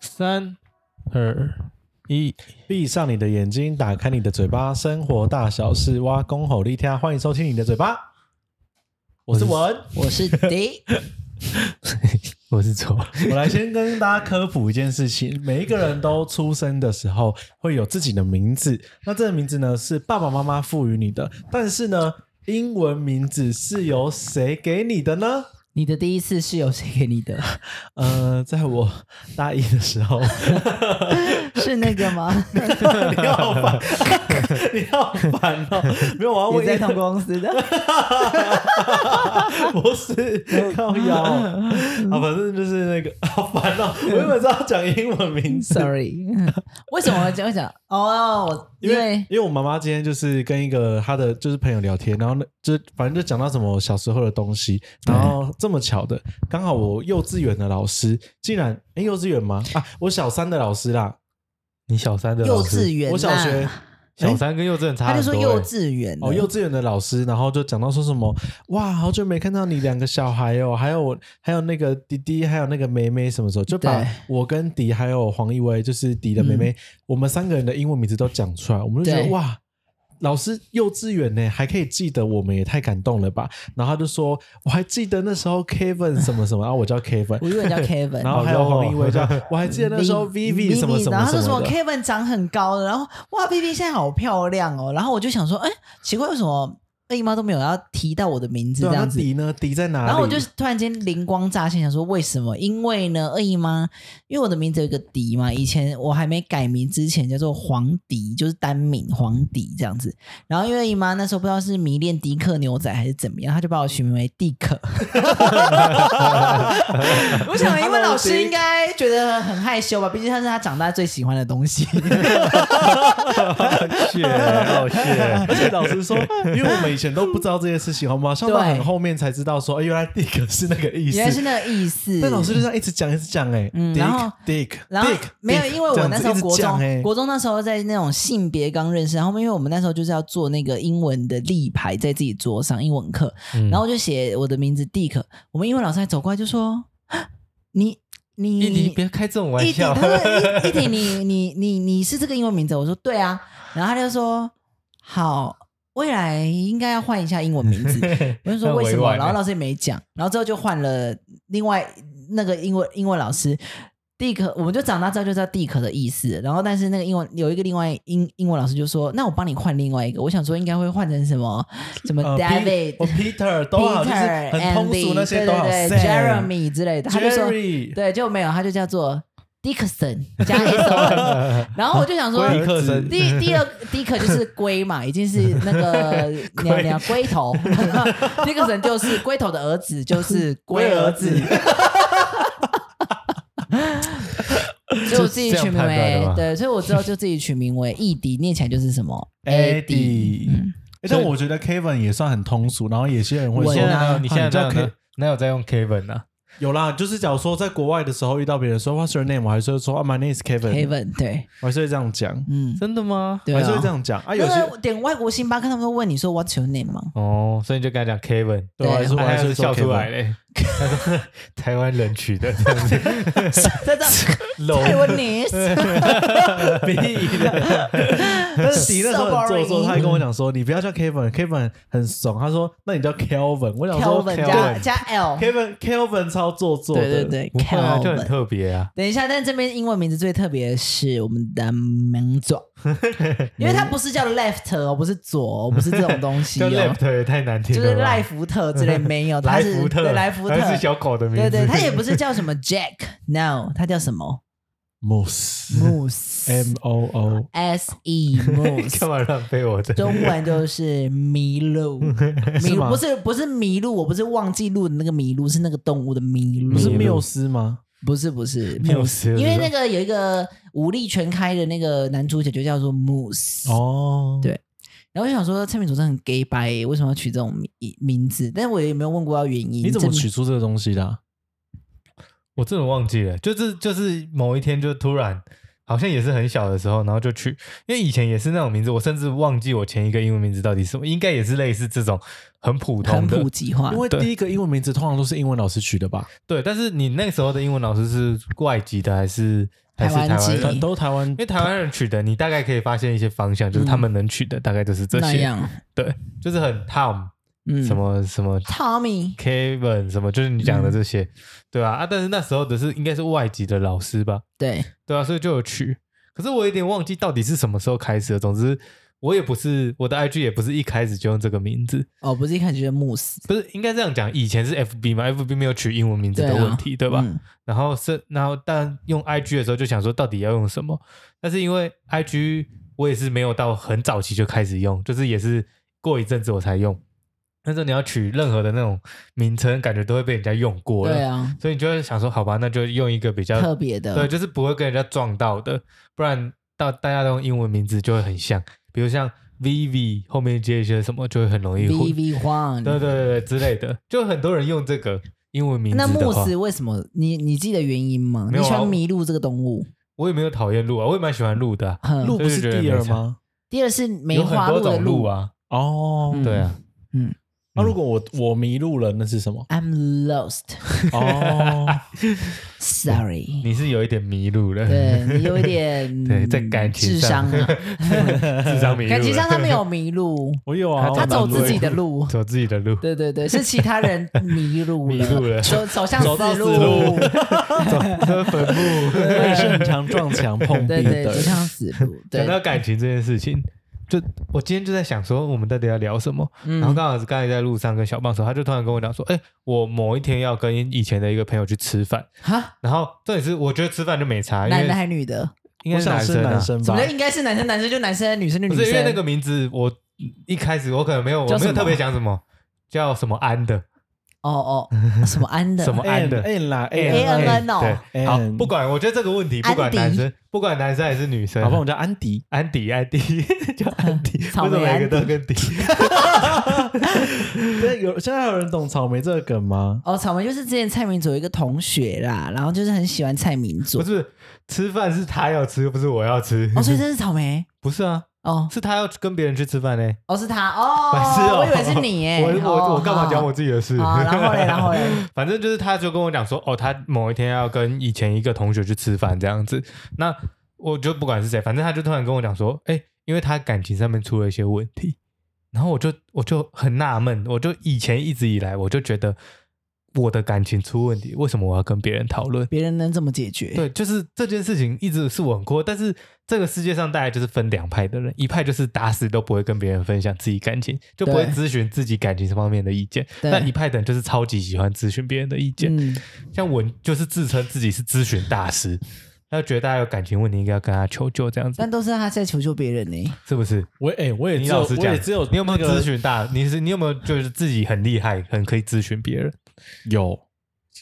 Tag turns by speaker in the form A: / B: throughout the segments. A: 三二一，
B: 闭上你的眼睛，打开你的嘴巴，生活大小事，挖公吼力听，欢迎收听你的嘴巴。我是文，
C: 我 是 D，
A: 我是错。
B: 我来先跟大家科普一件事情：每一个人都出生的时候会有自己的名字，那这个名字呢是爸爸妈妈赋予你的，但是呢，英文名字是由谁给你的呢？
C: 你的第一次是由谁给你的？
B: 呃，在我大一的时候，
C: 是那个吗？
B: 你好烦， 你好烦哦！没有，我要问
C: 也
B: 一
C: 在
B: 个
C: 同公司的？
B: 不是靠腰 啊，反正就是那个 好烦哦！我原本是要讲英文名字，
C: Sorry，为什么我讲我讲？哦，我
B: 因
C: 因为
B: 因为我妈妈今天就是跟一个她的就是朋友聊天，然后呢，就是反正就讲到什么小时候的东西，然后这么巧的，刚好我幼稚园的老师竟然哎幼稚园吗？啊，我小三的老师啦，
A: 你小三的
C: 幼
A: 老师
C: 稚园，啊
B: 我小学。
A: 小三跟幼稚园差
C: 他
A: 很
C: 就
A: 多、
C: 说
A: 欸，
C: 幼稚园
B: 哦，
C: 啊了
B: 幼稚园的老师，然后就讲到说什么哇，好久没看到你两个小孩哦，还有我，还有那个弟弟，还有那个妹妹，什么时候就把
C: 对嗯
B: 我跟迪还有黄一威，就是迪的妹妹，我们三个人的英文名字都讲出来，我们就觉得
C: 对
B: 哇。老师，幼稚园呢还可以记得我们，也太感动了吧！然后他就说，我还记得那时候 Kevin 什么什么，然后我叫 Kevin，
C: 我以 为你叫 Kevin，
B: 然后还有
A: 好 low 哦
B: 黄一威 叫，我 还记得那时候 Vivi 什么什么什么的，
C: 然后他说什么 Kevin 长很高的，然后哇，Vivi 现在好漂亮哦。然后我就想说，哎，奇怪，为什么二姨妈都没有要提到我的名字
B: 对
C: 这
B: 啊，那
C: 样子？
B: 迪呢？迪在哪里？
C: 然后我就突然间灵光乍现，想说为什么？因为呢，二姨妈，因为我的名字有一个迪嘛，以前我还没改名之前叫做黄迪，就是单名黄迪这样子。然后因为二姨妈那时候不知道是迷恋迪克牛仔还是怎么样，她就把我取名为迪 克。我想，因为老师应该觉得很害羞吧，毕竟他是他长大最喜欢的 东西。
A: 血哦血，
B: 而且老实说，因为我们以前都不知道这件事情，好吗？像到很后面才知道说，哎，原来 Dick 是那个意
C: 原来
B: 思
C: 是。那个意思。
B: 但老师就这样一直讲，一直讲，哎
C: 嗯然后
B: ，Dick Dick，
C: 然后
B: Dick，
C: 没有，
B: Dick，
C: 因为我那时候国
B: 这样子一直讲
C: 中，
B: 哎
C: 国中那时候在那种性别刚认识，然后因为我们那时候就是要做那个英文的立牌在自己桌上英文课，
B: 嗯
C: 然后我就写我的名字 Dick，我们英文老师还走过来就说 啊你你
A: 一迪别开这种玩
C: 一婷，
A: 笑
C: 他，说哎一一婷，你你你你是这个英文名字？我说对啊，然后他就说好，未来应该要换一下英文名字。我就说为什
A: 很委
B: 欸
C: 么？
A: 婉
C: 然后老师也没讲，然后之后就换了另外那个英文英文老师。Dick，我们就长大之后就知道 Dick 的意思，然后但是那个英文有一个另外英英文老师就说，那我帮你换另外一个，我想说应该会换成什么什么
B: 呃
C: David
B: Pete- 哦、Peter 都好，就是很通
C: Andy，
B: 俗那些
C: 对
B: 都好
C: 对对
B: Sam
C: Jeremy 之类的，他就说
B: Jerry，
C: 对，就没有，他就叫做 Dickson 加 S O，然后我就想说，
B: 龟儿子
C: 第第二 Dick 就是龟嘛，已经是那个鸟鸟龟头 ，Dickson 就是龟头的儿子，就是龟儿子，所以我自己
A: 是这样
C: 取名
A: 判断的
C: 为
A: 吗
C: 对，所以我之后就自己取名为易迪，念起来就是什么
B: Eddie
C: 嗯
B: 诶但我觉得 Kevin 也算很通俗，然后有些人会
C: 我
B: 说
A: 现在哪有
B: 啊
A: 你现在哪
B: 叫
A: 有
B: K
A: 在哪有在用 Kevin 啊？
B: 有啦，就是假如说在国外的时候遇到别人说 What's your name，我还是会说啊 My name is Kevin，
C: Kevin 对，
B: 我还是会这样讲，
C: 嗯，
A: 真的吗？
C: 对
B: 我还是
C: 啊
B: 会这。样讲啊，有些
C: 那个点外国星巴克，他们都问你说 “What's your name” 吗？
A: 哦，所以你就跟他讲 Kevin，
B: 对，我还是
A: 他
B: 我还
A: 啊还
B: 是
A: 是
B: 会说
A: 笑出
B: Kevin
A: 来嘞。 他说台湾人取的这样子，
C: 在这 Taiwanese，
B: 逼的。但是迪那时候很做作，
C: So boring
B: 他还跟我讲说：“你不要叫 Kevin，Kevin 很怂。”他说：“那你叫 Kelvin。”我想说
C: Kelvin 加
A: Kelvin
C: 加 L，
B: Kevin，Kevin 超做作的。
C: 对对对
A: 不会啊， 就很
C: ，Kelvin。
A: 特别啊。
C: 等一下，但这边英文名字最特别的是我们的名左，因为它不是叫 left 哦，不是左哦，不是这种东 西
A: 叫
C: 哦，
A: Left 也太难听
C: 就
A: 了
C: 是
A: 吧。
C: 赖福特之类没 有，它
A: 莱
C: 是
A: 福特，
C: 对莱福特，
A: 它是小狗的名字。
C: 对对，它也不是叫什么 Jack，no，它叫什么
B: ，Moose
C: Moose，S
B: M O O。
C: E Moose，
A: 干嘛浪费我 的？
C: 中文就是 麋鹿，麋
B: 是
C: 鹿
B: 吗
C: 不是不是麋鹿，我不是忘记录的那个麋鹿，是那个动物的麋鹿，
B: 不是缪斯吗？
C: 不是不是
A: 没有事
C: 因为那个有一个武力全开的那个男主角就叫做 Moose，、
B: 哦，
C: 对然后我就想说蔡明主真的很 gay 白、为什么要取这种名名字？但我也没有问过要原因，
B: 你怎么
C: 这
B: 取出这个东西的啊？
A: 我真的忘记了，就是就是某一天就突然好像也是很小的时候，然后就去，因为以前也是那种名字，我甚至忘记我前一个英文名字到底是什么，应该也是类似这种很普
C: 很
A: 通的
C: 普，及化
B: 因。为第一个英文名字通常都是英文老师取的吧，
A: 对。但是你那时候的英文老师是外籍的还是还是
C: 台湾
A: 台湾
C: 籍
A: 人
C: 嗯？
B: 都台湾
A: 因为台湾人取的，你大概可以发现一些方向，就是他们能取的大概就是这
C: 嗯那
A: 些，
C: 样，
A: 对，就是很 Tom
C: 嗯，
A: 什么什么
C: Tommy，
A: Kevin 什么，就是你
C: 嗯
A: 讲的这些，对吧、啊？但是那时候的是应该是外籍的老师吧，
C: 对，
A: 对啊，所以就有取。可是我有点忘记到底是什么时候开始的。总之，我也不是我的 IG 也不是一开始就用这个名字，
C: 哦，不是一开始就是慕斯
A: 不是应该这样讲。以前是 FB 嘛，FB 没有取英文名字的
C: 对啊
A: 问题，对吧？
C: 嗯
A: 然后是，然后但用 IG 的时候就想说到底要用什么，但是因为 IG 我也是没有到很早期就开始用，就是也是过一阵子我才用。那时候你要取任何的那种名称，感觉都会被人家用过了，
C: 对啊，
A: 所以你就会想说，好吧，那就用一个比较
C: 特别的，
A: 对，就是不会跟人家撞到的，不然到大家都用英文名字就会很像，比如像 Vivi 后面接一些什么，就会很容易混。
C: ，VV One，
A: 对对对对之类的，就很多人用这个英文名字
C: 那
A: 的
C: 慕
A: 话，
C: 斯为什么？你你记得原因吗？
A: 没
C: 你
A: 有啊
C: 喜欢麋鹿这个动物？
A: 我也没有讨厌鹿啊，我也蛮喜欢鹿的、啊，
C: 哼
B: 鹿不是
A: 对对对
B: deer
A: 没错
B: 吗？
C: 第二是梅
A: 有很
C: 花
A: 多啊
C: 鹿的
A: 种鹿
C: 鹿。
A: 啊，
B: 哦，
C: 嗯？
A: 对啊，
B: 那如果我我迷路了，那是什么
C: I'm lost,
B: 哦，
C: sorry。
A: 你是有一点迷路了，
C: 对你有一 点
A: 对在感情
C: 智商
A: 上
C: 啊，
A: 智商迷路了，
C: 感情上他没有迷路，
B: 我有啊，
C: 他
A: 他
C: 走
A: 走
C: 自
A: 自
C: 己
A: 己
C: 的
A: 的
C: 路。
A: 走自己的路，
C: 对对对，是其他人迷路了，
A: 迷路了
C: 走走向
B: 走到
C: 死
B: 死路
A: 走 走坟墓。
B: 为胜常撞墙碰
C: 对
B: 壁
C: 对，
B: 的
C: 走。向死路。
A: 讲到
C: 对，
A: 感情这件事情，就我今天就在想说，我们到底要聊什么？
C: 嗯
A: 然后刚好是刚才在路上跟小棒说，他就突然跟我讲说，哎、我某一天要跟以前的一个朋友去吃饭，
C: 哈，
A: 然后重点是我觉得吃饭就没差，因
C: 男
A: 为
C: 的还女的？
A: 应该
B: 我
A: 是
B: 想
A: 男
B: 是
A: 生、啊、
B: 男生
C: 怎
B: 吧
C: 么？叫应该是男生，男生就男生，女生就
A: 不
C: 女
A: 是
C: 生。
A: 因为那个名字，我一开始我可能没有，
C: 叫
A: 我
C: 什
A: 没
C: 么
A: 有特别讲什么，叫什么安的
C: 哦 哦，什么安的？
A: 什么安
B: N
A: 的
B: N 哎啦
C: A N
B: N，
C: N 哦，
A: 哎对，好，
B: N
A: 不管，我觉得这个问题，
C: 安迪
A: 不管男生，不管男生还是女生，
B: 好吧，我们叫安迪。
A: 安迪，安迪 叫安迪，为
C: 草
A: 什
C: 莓
A: 么每个都
C: 安迪
A: 跟迪？
B: 对，有现在还有人懂草莓这个梗吗？
C: 哦，草莓就是之前蔡明祖有一个同学啦，然后就是很喜欢蔡明祖
A: 不，是吃饭是他要吃，又不是我要吃，
C: 哦，所以这是草莓
A: 不是啊，
C: 哦，
A: 是他要跟别人去吃饭呢。
C: 哦是他哦，
A: 白痴哦
C: 我以为是你耶，
A: 我我、
C: 哦
A: 我干嘛讲我
C: 好
A: 自己的事？
C: 好然后嘞然后嘞，
A: 反正就是他就跟我讲说，哦，他某一天要跟以前一个同学去吃饭这样子。那我就不管是谁，反正他就突然跟我讲说，哎，因为他感情上面出了一些问题，然后我就我就很纳闷，我就以前一直以来我就觉得我的感情出问题，为什么我要跟别人讨论？
C: 别人能怎么解决？
A: 对，就是这件事情一直是我很困惑，但是这个世界上大概就是分两派的人，一派就是打死都不会跟别人分享自己感情，就不会
C: 对
A: 咨询自己感情这方面的意见；
C: 对
A: 那一派的人就是超级喜欢咨询别人的意见，
C: 嗯，
A: 像我就是自称自己是咨询大师，他就觉得大家有感情问题应该要跟他求救，这样子
C: 但都是他在求救别人呢，
A: 是不是？
B: 我哎，我也
A: 你
B: 只
A: 老
B: 有
A: 实
B: 我
A: 讲，
B: 也只有
A: 你有没有
B: 那个
A: 咨询大？你是你有没有就是自己很厉害，很可以咨询别人？
B: 有，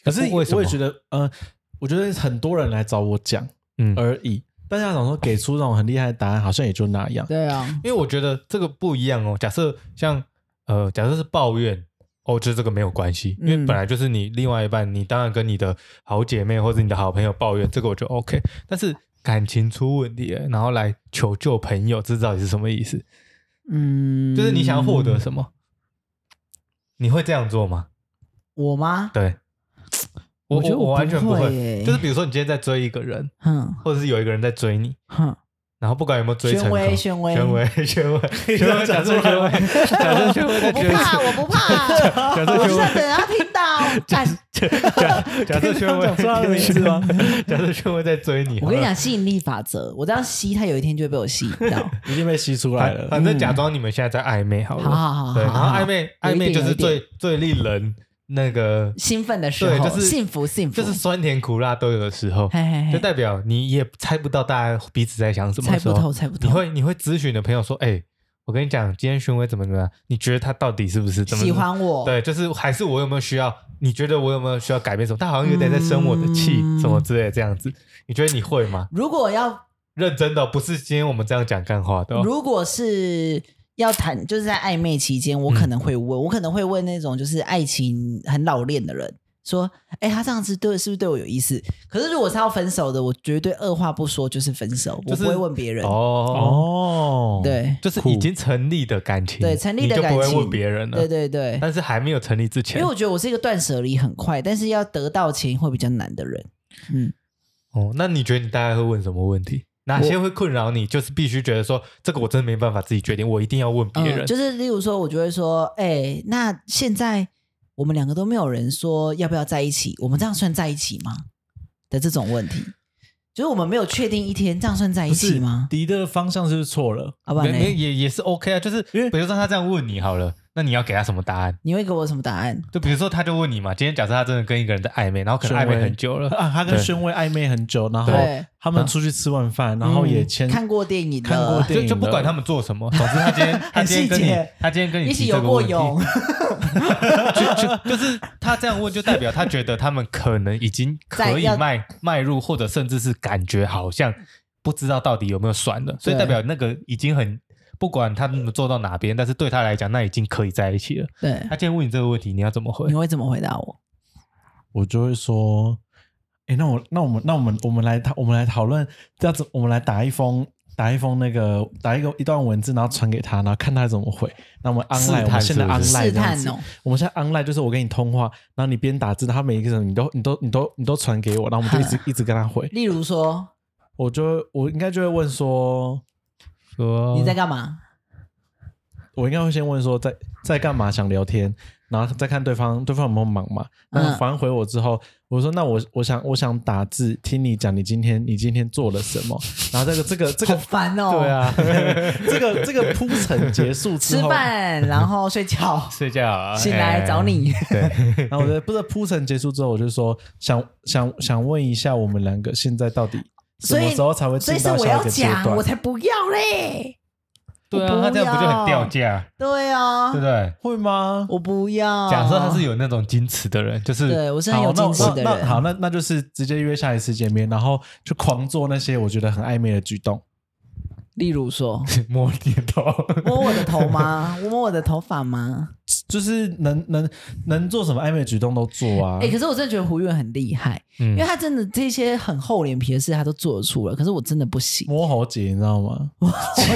B: 可是
A: 为什么
B: 我也觉得，嗯，我觉得很多人来找我讲
A: 嗯，
B: 而已，大家想说给出那种很厉害的答案，好像也就那样。
C: 对啊，
A: 因为我觉得这个不一样哦。假设像呃，假设是抱怨，哦，就这个没有关系，因为
C: 嗯
A: 本来就是你另外一半，你当然跟你的好姐妹或者你的好朋友抱怨，这个我觉得 OK。但是感情出问题了，然后来求救朋友，这到底是什么意思？
C: 嗯，
A: 就是你想要获得什么？你会这样做吗？
C: 我吗？
A: 对，我
C: 我觉得
A: 我
C: 我
A: 完全
C: 不
A: 不
C: 会
A: 会。
C: 耶
A: 就是比如说，你今天在追一个人，
C: 哼
A: 或者是有一个人在追你，
C: 哼，
A: 然后不管有没有追
C: 宣
A: 成功，
C: 威宣威
A: 宣威，宣威，
B: 这
A: 宣
B: 样
A: 威，
B: 讲
A: 假
B: 出来
A: 设宣威，假设宣威在
C: 我不
A: 追
C: 怕，我不怕，
A: 假
C: 我
A: 设
C: 是
A: 宣
C: 在
A: 威，
C: 等他听 到，干
A: 假假设宣威
B: 讲出他的名字 吗？
A: 假设宣威在追你，
C: 我跟你讲吸引力法则，我这样吸，他有一天就会被我吸引 到。
B: 已经被吸出
A: 好
B: 来
A: 了，
B: 了
A: 反。反正假装你们现在在暧昧好了，
C: 嗯好好好好
A: 对，然后
C: 好
A: 暧昧
C: 有一
A: 暧昧
C: 点
A: 就
C: 有一
A: 是
C: 点
A: 最最令人那个
C: 兴奋的时
A: 对
C: 候，
A: 就是
C: 幸福幸福，
A: 就是酸甜苦辣都有的时候，
C: 嘿嘿嘿
A: 就代表你也猜不到大家彼此在想什么
C: 猜
A: 的时
C: 不
A: 候，
C: 透，猜不
A: 你
C: 透。
A: 会你会咨询你的朋友说，哎，我跟你讲，今天宣威怎么怎么样，你觉得他到底是不是怎么
C: 喜
A: 怎么
C: 欢我，
A: 对，就是还是我有没有需要？你觉得我有没有需要改变什么？他好像有点在生我的气，
C: 嗯
A: 什么之类的这样子。你觉得你会吗？
C: 如果要
A: 认真的哦，不是今天我们这样讲干话的、哦。
C: 如果是要谈，
A: 嗯
C: 就是在暧昧期间，我可能会问，我可能会问那种就是爱情很老练的人，说，哎、他这样子对是不是对我有意思？可是如果是要分手的，我绝对二话不说就是分手，
A: 就是
C: 我不会问别人。
A: 哦，
B: 哦，，
C: 对
A: 就是已经成立的感情，
C: 对成立的感
A: 你就不
C: 情
A: 会问别人了。
C: 对对对，
A: 但是还没有成立之
C: 因
A: 前
C: 为，我觉得我是一个断舍离很快，但是要得到钱会比较难的人。嗯，
A: 哦，那你觉得你大概会问什么问题？哪些会困扰你？就是必须觉得说，这个我真的没办法自己决定，我一定要问别人。
C: 嗯，就是例如说，我就会说，哎、那现在我们两个都没有人说要不要在一起，我们这样算在一起吗？的这种问题，就是我们没有确定一天，这样算在一
B: 不是
C: 起吗？
B: 敌的方向是不是错了？
C: 好吧，
A: 没没
C: 你
A: 也也是 OK 啊，就是比
B: 因为
A: 如说他这样问你好了，那你要给他什么答案？
C: 你会给我什么答案？
A: 就比如说他就问你嘛，今天假设他真的跟一个人在暧昧，然后可能暧昧很久了，
B: 啊，他跟
A: 对
B: 宣威暧昧很久，然后
C: 对
B: 他们出去吃晚饭，然后也牵
C: 看过电影
B: 嗯
C: 的，
B: 看过电
A: 就
B: 影
A: 就不管他们做什么，总之他今天他今天跟
C: 很细
A: 你
C: 节
A: 他今天跟你
C: 一
A: 提
C: 起
A: 这
C: 游
A: 个
C: 过
A: 问题，
C: 泳，
A: 就就就是他这样问，就代表他觉得他们可能已经可以
C: 在要
A: 迈迈入，或者甚至是感觉好像不知道到底有没有算了，所以
C: 对
A: 代表那个已经很不管他们做到哪边，但是对他来讲，那已经可以在一起了。
C: 对
A: 他，今天问你这个问题，你要怎么回
C: 你？会怎么回答我？
B: 我就会说，哎，那我那我们那我们我们来讨我们来讨论，这样子我们来打一封打一封那个打一个一段文字，然后传给他，然后看他怎么回。那我们
A: 试
B: online
A: 探
B: 我们现在
A: 是不是
B: online
C: 试
B: 这样
C: 探
B: 子
C: 哦，
B: 我们现在 online 就是我跟你通话，然后你边打字，他每一个人你都你都你都你都传给我，然后我们就一直 一直跟他回。
C: 例如说
B: 我就会我应该就会问说，嗯
A: 说
C: 你在干嘛？
B: 我应该会先问说在在干嘛，想聊天，然后再看对方对方有没有忙嘛。那
C: 嗯
B: 反回我之后，我说那我我想我想打字，听你讲你今天你今天做了什 么。然后这个这个这
C: 好
B: 个
C: 烦哦，
A: 对，啊， ，
B: 这个这个铺陈结束之
C: 吃
B: 后，
C: 饭然后睡觉
A: 睡觉啊
C: 醒来找。你。
A: 哎对，
B: 然后我觉得不是铺陈结束之后，我就说想想想问一下我们两个现在到底什
C: 所
B: 么
C: 以
B: 时候才会
C: 所以
B: 进
C: 是
B: 到
C: 我
B: 下一
C: 要
B: 个阶
C: 讲，
B: 段
C: 我？才不要嘞。
A: 对啊，
C: 我
A: 他
C: 不
A: 这样不就
C: 要
A: 很掉？价，
C: 对 啊
A: 对不，对？
B: 会吗？
C: 我不要。
A: 假设他是有那种矜持的人，就是
C: 对我是很
B: 好，
C: 有
B: 那
C: 矜持
B: 我
C: 的
B: 那那
C: 人。
B: 好，那那就是直接约下一次见面，然后就狂做那些我觉得很暧昧的举动。
C: 例如说，
A: 摸你的头，
C: 摸我的头吗？ 我摸我的头发吗？
B: 就是能能能做什么暧昧举动都做啊。
C: 哎、可是我真的觉得胡越很厉害，
A: 嗯
C: 因 为他真的这些很厚脸皮的事他都做得出了，可是我真的不行。
B: 摸喉结，你知道吗？
C: 我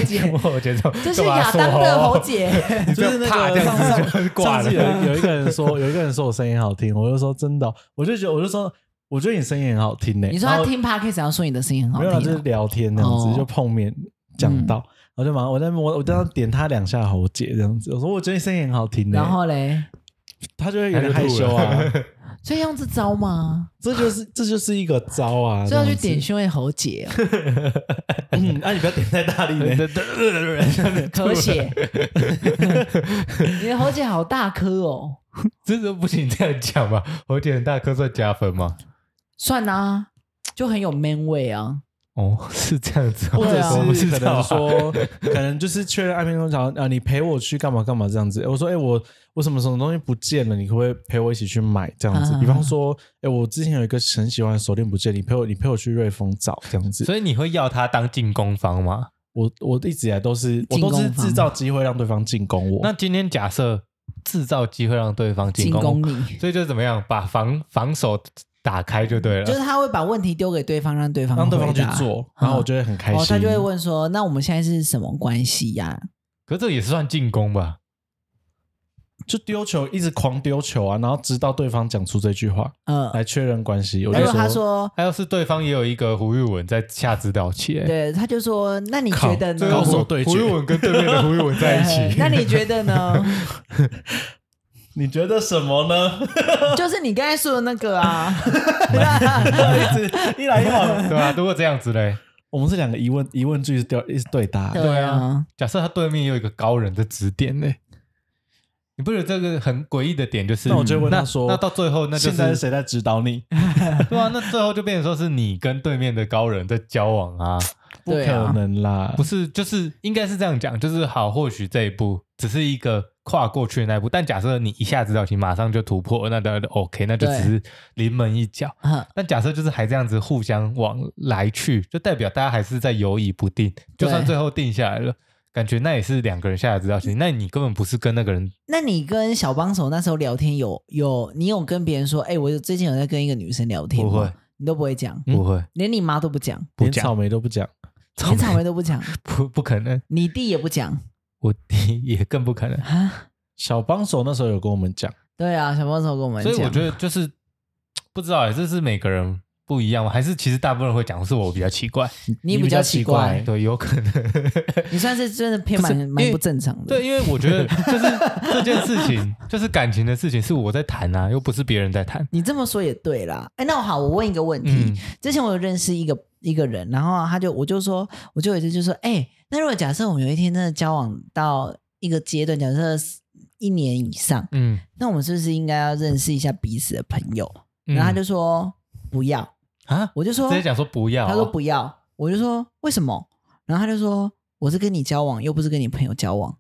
C: 姐，
A: 我觉得
C: 这是亚当的喉，结，
A: 你不
B: 就
A: 要
B: 是那
A: 怕这
B: 个
A: 样
B: 上
A: 子
B: 上
A: 就挂
B: 上次
A: 了
B: 有有一个人说，有一个人说我声音好听，我就说真的哦，我就觉得我就说，我觉得你声音很好听呢、
C: 你说
B: 然
C: 他
B: 后
C: 听 podcast 要说你的声音很好
B: 没有啦，就
C: 听
B: 是
C: 哦、
B: 聊天那样子，
C: 哦嗯
B: 就碰面讲到，然后就马上我在我我这样点他两下喉结这样子，我说我觉得你声音很好听、呢，
C: 然后嘞，
B: 他就会有点害羞
A: 他
B: 啊
A: 就，
C: 所以用这招吗？
B: 这就是这就是一个招啊，
C: 所以
B: 这
C: 要去
B: 样子
C: 点胸位喉结哦、
B: 嗯，那、你不要点太大力呢。
C: 咳血，你的喉结好大颗哦，
A: 真的不行这样讲吧？ 喉结很大颗算加分吗？
C: 算啦、就很有 man 味啊。
A: 哦，是这样 子哦，
B: 或者
A: 我不
B: 啊是
A: 知
B: 可
A: 道
B: 能
A: 啊
B: 说，可能就是确认暧昧通常啊，你陪我去干嘛干嘛这样子。我说，哎、我我什么什么东西不见了，你可不可以陪我一起去买这样子？
C: 啊
B: 比方说，哎、我之前有一个很喜欢的手链不见，你陪我，你陪我去瑞丰找这样 子。
A: 所以你会要他当进攻方吗？
B: 我我一直以来都是，我
C: 进攻
B: 都是
C: 方
B: 制造机会让对方进攻我。
A: 那今天假设制造机会让对方
C: 进
A: 进
C: 攻
A: 攻，
C: 你，
A: 所以就怎么样把防防守打开就对啊
C: 就
A: 了。
C: 是他会把问题丢给对方，让对方
B: 让对方
C: 嗯回
B: 去
C: 答
B: 做，然后我
C: 嗯
B: 就会很开心。
C: 哦，他就会问说：“那我们现在是什么关系呀、
A: 可是这也是算进攻吧？
B: 就丢球，一直狂丢球啊，然后直到对方讲出这句话
C: 嗯，
B: 来确认关系。我
C: 然
B: 就
C: 后他说，
A: 还有是对方也有一个胡玉文在下指导棋、欸，
C: 对，他就说：“那你
B: 靠
C: 觉得
A: 最
C: 呢
A: 后
B: 高手
A: 胡
B: 对决
A: 胡玉文跟对面的胡玉文在一
C: 对
A: 起，
C: 那你觉得呢？
B: 你觉得什么呢？
C: 就是你刚才说的那个啊，
B: 一来一 往，
A: 对啊，如果这样子嘞，
B: 我们是两个疑问疑问句是对一直对答，
C: 对啊，
A: 假设他对面有一个高人的指点呢、你不觉得这个很诡异的点就是？
B: 那我就问
A: 嗯
B: 他
A: 那
B: 说
A: 那到最后那就
B: 现在是
A: 是
B: 谁在指导 你？
A: 对啊，那最后就变成说是你跟对面的高人在交往 啊，
B: 不
C: 对啊
B: 可能啦，
A: 不是？就是应该是这样讲，就是好，或许这一步只是一个跨过去的那一步，但假设你一下子到棋马上就突破，那当然就 OK，那就只是临门一脚。
C: 嗯
A: 但假设就是还这样子互相往来去，就代表大家还是在犹疑不定，就算
C: 对
A: 最后定下来了。感觉那也是两个人下来知道情，那你根本不是跟那个人
C: 那你跟小帮手那时候聊天有有，你有跟别人说，哎、我有最近有在跟一个女生聊天吗，
A: 不会，嗯
C: 你都不会讲，
A: 不会，
C: 连你妈都不讲，
A: 不
B: 连
A: 讲
B: 草莓都不讲，
C: 连草莓都不讲，
A: 不不可能，
C: 你弟也不讲
A: 我弟 也更不可能。
C: 啊？
B: 小帮手那时候有跟我们讲，
C: 对啊，小帮手跟我们
A: 所
C: 讲，
A: 以我觉得就是不知道哎，这是每个人不一样，还是其实大部分人会讲是我比较奇怪，
C: 你比
B: 比
C: 较
B: 较
C: 奇
B: 奇
C: 怪
B: 怪，
A: 对，有可 能。
C: 你算是真的偏蛮
A: 不是因
C: 蛮
A: 为
C: 不正常的。
A: 对，因为我觉得就是这件事情，就是感情的事情，是我在谈啊，又不是别人在谈。
C: 你这么说也对啦。哎，那我好，我问一个问题。
A: 嗯
C: 之前我有认识一个一个人，然后啊他就我就说，我就有一次就说，哎、那如果假设我们有一天真的交往到一个阶段，假设一年以上，
A: 嗯，
C: 那我们是不是应该要认识一下彼此的朋友？
A: 嗯
C: 然后他就说不要，
A: 啊，
C: 我就说
A: 直接讲说不要哦，
C: 他说不要，我就说为什么？然后他就说我是跟你交往，又不是跟你朋友交往。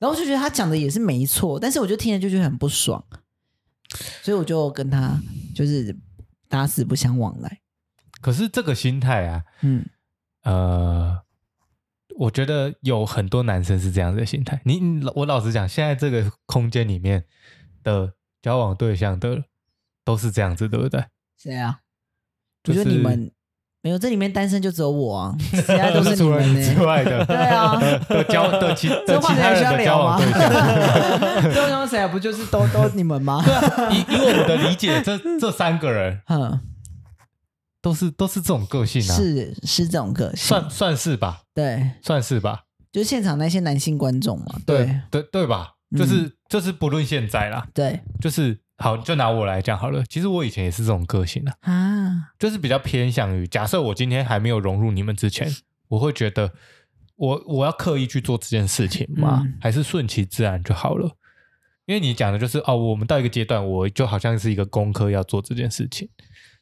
C: 然后我就觉得他讲的也是没错，但是我就听了就觉得很不爽，所以我就跟他就是打死不相往来。
A: 可是这个心态啊，
C: 嗯，
A: 呃，我觉得有很多男生是这样子的心态。你你我老实讲，现在这个空间里面的交往对象的都是这样子，对不对？
C: 谁啊？
A: 就
C: 我觉得你
A: 是
C: 们没有，这里面单身就只有我啊，其他都是 你
A: 除了
C: 们呢、
A: 之 外的，
C: 对啊
A: 的的交 的其
C: 这
A: 的
C: 话
A: 其
C: 题
A: 他
C: 还需要
A: 人的
C: 聊
A: 交
C: 吗
A: 往对？象。
C: 都用谁啊？不就是都都你们吗？
A: 啊以以我们的理解，这这三个人
C: 嗯，
A: 都是都是这种个性啊，
C: 是是这种个性，
A: 算算是吧，
C: 对，
A: 算是吧，
C: 就现场那些男性观众嘛，对嗯
A: 对对吧？就是就是不论现在啦，
C: 对
A: 就是好，就拿我来讲好了。其实我以前也是这种个性啊，
C: 啊，
A: 就是比较偏向于，假设我今天还没有融入你们之前，我会觉得我我要刻意去做这件事情吗？
C: 嗯
A: 还是顺其自然就好了？因为你讲的就是哦，我们到一个阶段，我就好像是一个功课要做这件事情，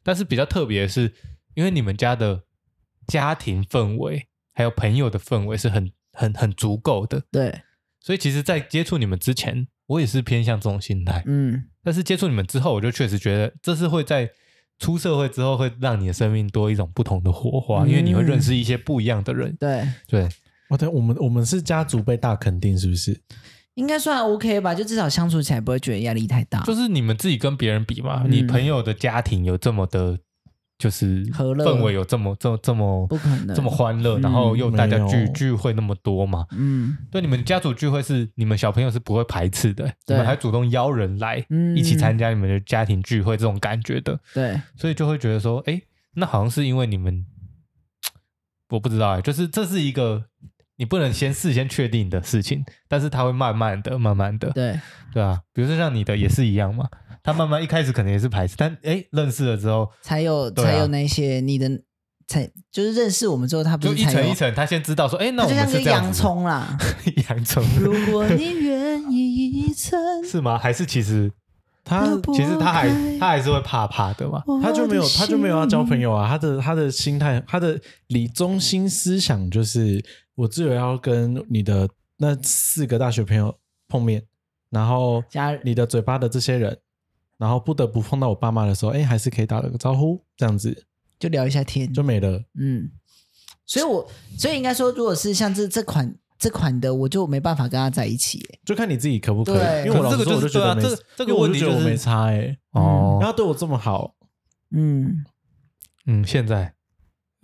A: 但是比较特别的是，因为你们家的家庭氛围还有朋友的氛围是很很很足够的，
C: 对，
A: 所以其实，在接触你们之前，我也是偏向这种心态。
C: 嗯，
A: 但是接触你们之后，我就确实觉得这是会在出社会之后，会让你的生命多一种不同的火花，
C: 嗯
A: 因为你会认识一些不一样的人。
C: 对，
A: 对，
B: 哦，对，我们我们是家族被大肯定，是不是？
C: 应该算 OK 吧，就至少相处起来不会觉得压力太大，
A: 就是你们自己跟别人比嘛，
C: 嗯
A: 你朋友的家庭有这么的，就是
C: 和乐
A: 氛围有这么这么这么
C: 不可能
A: 这么欢乐，
C: 嗯
A: 然后又大家
B: 没
A: 聚
B: 有
A: 聚会那么多嘛。
C: 嗯
A: 对，你们家族聚会是你们小朋友是不会排斥的，你
C: 对
A: 们还主动邀人来
C: 嗯
A: 一起参加你们的家庭聚会，这种感觉的。
C: 对，
A: 所以就会觉得说，哎，那好像是因为你们，我不知道哎，就是这是一个你不能先事先确定的事情，但是它会慢慢的、慢慢的，
C: 对，
A: 对啊，比如说像你的也是一样嘛，他慢慢一开始可能也是排斥，但哎，认识了之后，
C: 才有、
A: 对啊
C: 才有那些你的才就是认识我们之后，他不
A: 就是一
C: 才有
A: 层一，层，他先知道说，哎，那
C: 他
A: 我
C: 就
A: 们
C: 像
A: 是
C: 是
A: 这样
C: 洋
A: 子，
C: 葱啦。
A: 洋葱
C: 如果你愿意 一层，
A: 是吗？还是其实
B: 他
C: 要不
A: 其实他还
C: 开
A: 他还是会怕怕的嘛？
B: 他就没有
C: 我的心
B: 他就没有要交朋友啊，他的他的心态，他的理中心思想就是我只有要跟你的那四个大学朋友碰面，然后
C: 家人
B: 你的嘴巴的这些人，然后不得不碰到我爸妈的时候，哎，还是可以打了个招呼，这样子
C: 就聊一下天，
B: 就没了。
C: 嗯，所以我所以应该说，如果是像这这款这款的，我就没办法跟他在一起耶。
B: 就看你自己可不可
C: 对
B: 以，因为我老
A: 可是
B: 实
A: 这个
B: 说，
A: 就
B: 我就是觉
A: 对
B: 得
A: 啊
B: 没，
A: 这这个
B: 因为我
A: 问
B: 就
A: 题
B: 觉得
A: 就
B: 我
A: 是
B: 没差哎，
A: 哦
B: 然，后对我这么好，
C: 嗯，
A: 嗯，现在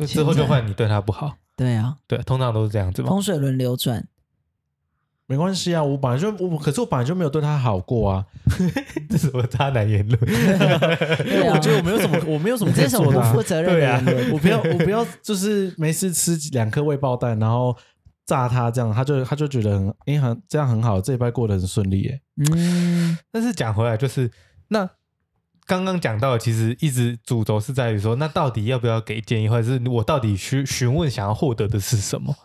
A: 之后就换你对他不好，
C: 对啊，
A: 对，通常都是这样子嘛。
C: 风水轮流转，
B: 没关系啊，我本来就我，可是我本来就没有对他好过 啊，
A: 这什么渣男言论？
B: 因为
C: 啊
B: 我觉得我没有什么，我没有什么
C: 你
B: 可以
C: 这种
B: 做
C: 不
B: 的啊、
C: 负责任的人
A: 对啊
B: 我不要，我不要，就是没事吃两颗未爆弹，然后炸他这样，他就他就觉得很，哎、很这样很好，这一拜过得很顺利欸耶。
C: 嗯，
A: 但是讲回来，就是那刚刚讲到的，其实一直主轴是在于说，那到底要不要给建议，或者是我到底询询问想要获得的是什么？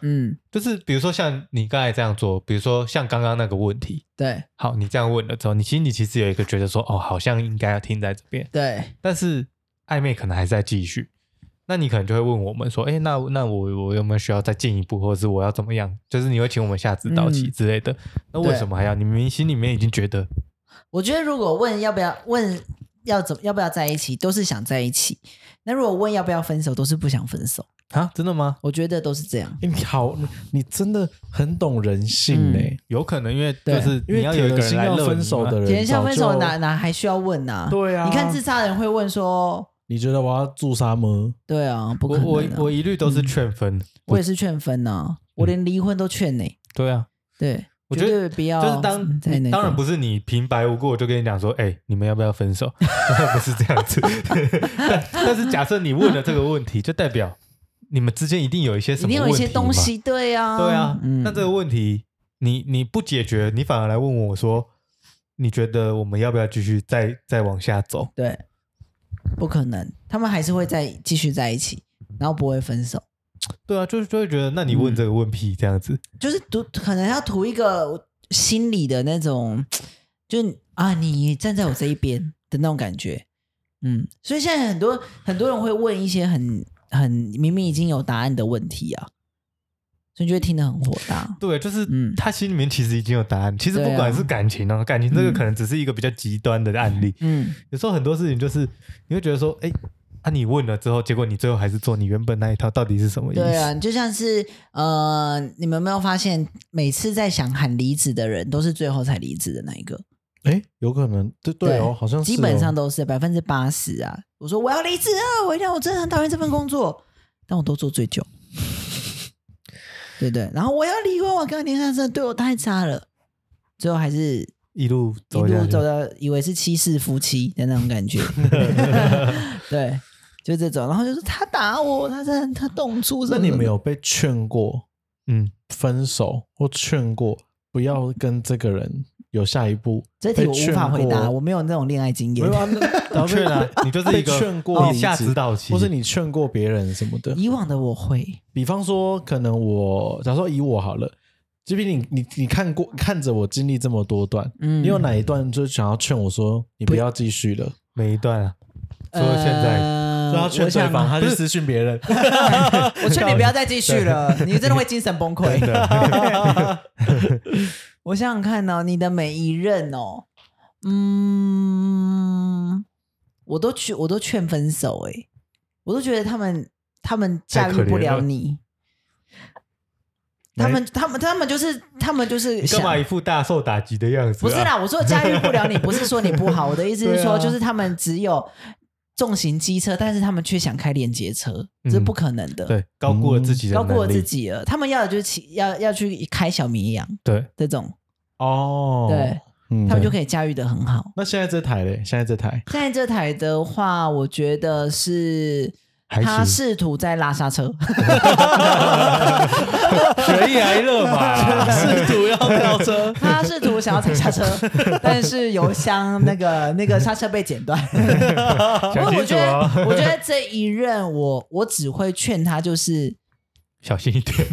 C: 嗯，
A: 就是比如说像你刚才这样做，比如说像刚刚那个问题，
C: 对
A: 好，你这样问了之后，你心里其实有一个觉得说，哦，好像应该要停在这边，
C: 对，
A: 但是暧昧可能还在继续。那你可能就会问我们说，哎，那那我我有没有需要再进一步，或者是我要怎么样？就是你会请我们下指导棋
C: 嗯
A: 之类的。那为
C: 对
A: 什么还要？你明明心里面已经觉得
C: 我觉得如果问要不要问要怎要不要在一起，都是想在一起；那如果问要不要分手，都是不想分手。
A: 啊，真的吗？
C: 我觉得都是这样。
B: 欸你好，你你真的很懂人性
C: 嗯
B: 呢、
A: 有可能因为就
C: 对
A: 是
B: 因
A: 你
B: 为
A: 要有一个
B: 铁了
A: 人
B: 心
A: 来
B: 要
A: 勒
B: 分
A: 你
B: 手
A: 嘛
B: 的人，
C: 啊铁人像分手
B: 早就
C: 哪哪还需要问呐、
B: 对啊
C: 你看自杀的人会问说，
B: 你觉得我要自杀吗？
C: 对啊，不可
A: 我
C: 能、啊。
A: 我
C: 我
A: 我一律都是劝分，
C: 也是劝分呐、我连离婚都劝呢、
A: 对啊，
C: 对，
A: 我觉得
C: 绝对不要
A: 就是当
C: 在那个
A: 当然不是你平白无故我就跟你讲说，哎、你们要不要分手？ 不是这样子。 但但是假设你问了这个问题，就代表你们之间一定有一些什
C: 一
A: 么
C: 定有
A: 问
C: 一
A: 题
C: 些东
A: 嘛
C: 西，对啊，
A: 对啊，
C: 嗯，
A: 那这个问题你你不解决，你反而来问我说，你觉得我们要不要继续再再往下走？
C: 对，不可能，他们还是会再继续在一起，然后不会分手，
A: 对啊，就是就会觉得，那你问这个问屁这样子，
C: 就是图可能要图一个心理的那种，就是啊，你站在我这一边的那种感觉，嗯，所以现在很多很多人会问一些很很明明已经有答案的问题啊，所以就会听得很火大，
A: 对，就是
C: 嗯
A: 他心里面其实已经有答案。其实
C: 对啊
A: 不管是感情啊，感情这个可能只是一个比较极端的案例，
C: 嗯，
A: 有时候很多事情就是你会觉得说，哎、啊，你问了之后，结果你最后还是做你原本那一套，到底是什么意思？
C: 对啊，就像是呃，你们有没有发现，每次在想喊离职的人，都是最后才离职的那一个，
B: 哎、有可能，对对哦，
C: 对
B: 好像是、
C: 基本上，都是百分之八十啊。我说我要离职啊，我一定要，我真的很讨厌这份工作，但我都做最久， 对不对？然后我要离婚，我跟林先生对我太差了，最后还是
A: 一路
C: 一
A: 走下
C: 路
A: 去，
C: 走到以为是妻室夫妻的那种感觉， 对，就这种。然后就是他打我，他真的他动粗什
B: 那
C: 么，
B: 你们有被劝过
A: 嗯，
B: 分手或劝过不要跟这个人有下一步？
C: 这题我
B: 被劝
C: 无法回答，
B: 过
C: 我没有那种恋爱经
B: 没
C: 验
B: 有。啊， 那然后被
A: 劝啊，你就是一
B: 被
A: 个
B: 劝过
A: 一下
B: 离职
A: 指导期，
B: 或是你劝过别人什么的。
C: 以往的我会，
B: 比方说，可能我假如说以我好了，这边你你你看过看着我经历这么多段，
C: 嗯，
B: 你有哪一段就是想要劝我说你不要继续了？
A: 每一段啊，所有现在。
C: 呃
B: 就要劝
C: 我想
B: 对方，他去私讯别人。
C: 我劝你不要再继续了，你真的会精神 崩溃。 我想想看哦，你的每一任哦，嗯，我都劝，我都劝分手、欸，我都觉得他们他们驾驭不了你，他们他们他们就是他们就是
A: 哎你干
C: 想
A: 嘛一副大受打击的样子、啊？
C: 不是啦，我说驾驭不了你，不是说你不好，我的意思是
A: 对
C: 说，
A: 啊
C: 就是他们只有重型机车，但是他们却想开链接车，
A: 嗯
C: 这是不可能的。
A: 对，高估了自己的
C: 高
A: 能力，
C: 过我自己了。他们要的就是骑，要要去开小绵羊
A: 对，
C: 这种，
B: 哦，
C: 对，
B: 嗯
C: 他们就可以驾驭的很好。
B: 那现在这台嘞？现在这台
C: 现在这台的话，我觉得是
A: 还行
C: 他试图在拉刹车，，
A: 悬崖勒马，
B: 试图要 跳车
C: 他试图想要踩刹车，但是油箱那个那个刹车 被剪断。不
A: 想
C: 过我
A: 清楚
C: 觉得
A: 哦，，
C: 我 觉得这一任我我只会劝他，就是
A: 小心一点。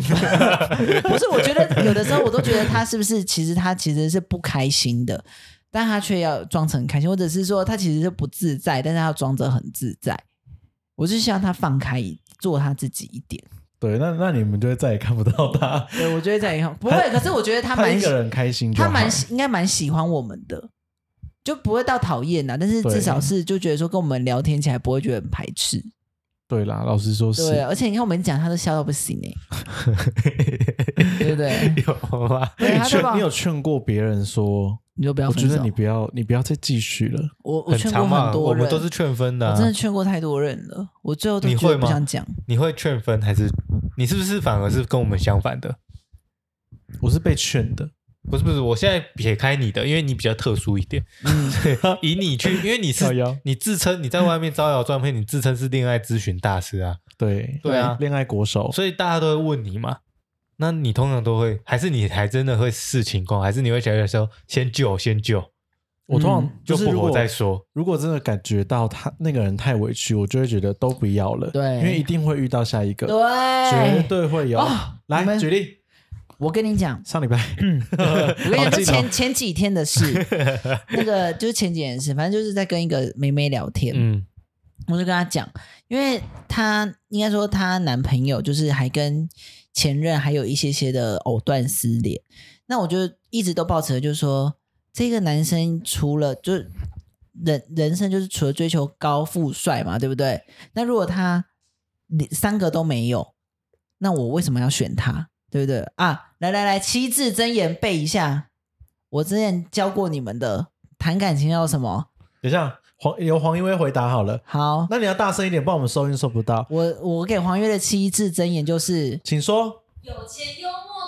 C: 不是，我觉得有的时候我都觉得他是不是，其实他其实是不开心的，但他却要装成很开心，或者是说他其实是不自在，但是他要装着很自在。我就希望他放开，做他自己一点。
B: 对，那那你们就会再也看不到他，
C: 对，我觉得这样也好。不会，可是我觉得他
B: 他
C: 蛮
B: 一个人开心就好，
C: 他蛮喜应该蛮喜欢我们的，就不会到讨厌啊啦，但是
B: 对
C: 至少是就觉得说跟我们聊天起来不会觉得很排斥。
B: 对啦，老实说
C: 对，啊
B: 是，
C: 而且你看我们讲他都笑到不 行哎、对不对？
A: 有啊吗？
C: 对，啊
B: 你
C: 他就把
B: 劝你有劝过别人说，
C: 你就不要
B: 我觉
C: 分
B: 得
C: 手
B: 你。不要你不要再继续了，
C: 我我
A: 很
C: 劝过
A: 长嘛，
C: 很
A: 我
C: 多人，
A: 们都是劝分的、
C: 我
A: 啊。
C: 真的劝过太多人了，我最后都
A: 你
C: 觉
A: 会
C: 得不
A: 吗
C: 想讲。
A: 你会劝分还是你是不是反而是跟我们相反
C: 嗯
A: 的？
B: 我是被劝的，
A: 不是不是，我现在撇开你的，因为你比较特殊一点。
C: 嗯，
A: 以你去，因为你
B: 靠
A: 是
B: 腰
A: 你自称你在外面招摇撞骗，你自称是恋爱咨询大师啊，
B: 对
A: 对啊
B: 恋爱国手，
A: 所以大家都会问你嘛。那你通常都会，还是你还真的会视情况，还是你会觉得说先救先救，
B: 我通
C: 嗯
B: 常
A: 就是不
B: 如
A: 活
B: 果
A: 再说。
B: 如果真的感觉到他那个人太委屈，我就会觉得都不要了，
C: 对
B: 因为一定会遇到下一个，
C: 对，
B: 绝对会有
C: 啊。你
B: 来
C: 们
B: 举例，
C: 我跟你讲，
B: 上礼拜，
C: 我跟你讲，这前前几天 的事，那个就是前几天的事，反正就是在跟一个妹妹聊天，
A: 嗯，
C: 我就跟她讲，因为她应该说她男朋友就是还跟前任还有一些些的藕断丝连，那我就一直都抱持着就是说，这个男生除了就是人人生就是除了追求高富帅嘛，对不对？那如果他你三个都没有，那我为什么要选他？对不对啊？来来来，七字真言背一下。我之前教过你们的，谈感情要什么？
B: 等一下，黄由黄一威回答好了。
C: 好，
B: 那你要大声一点，不然我们收音收不到。
C: 我我给黄月的七字真言就是：
B: 请说，
D: 有钱幽默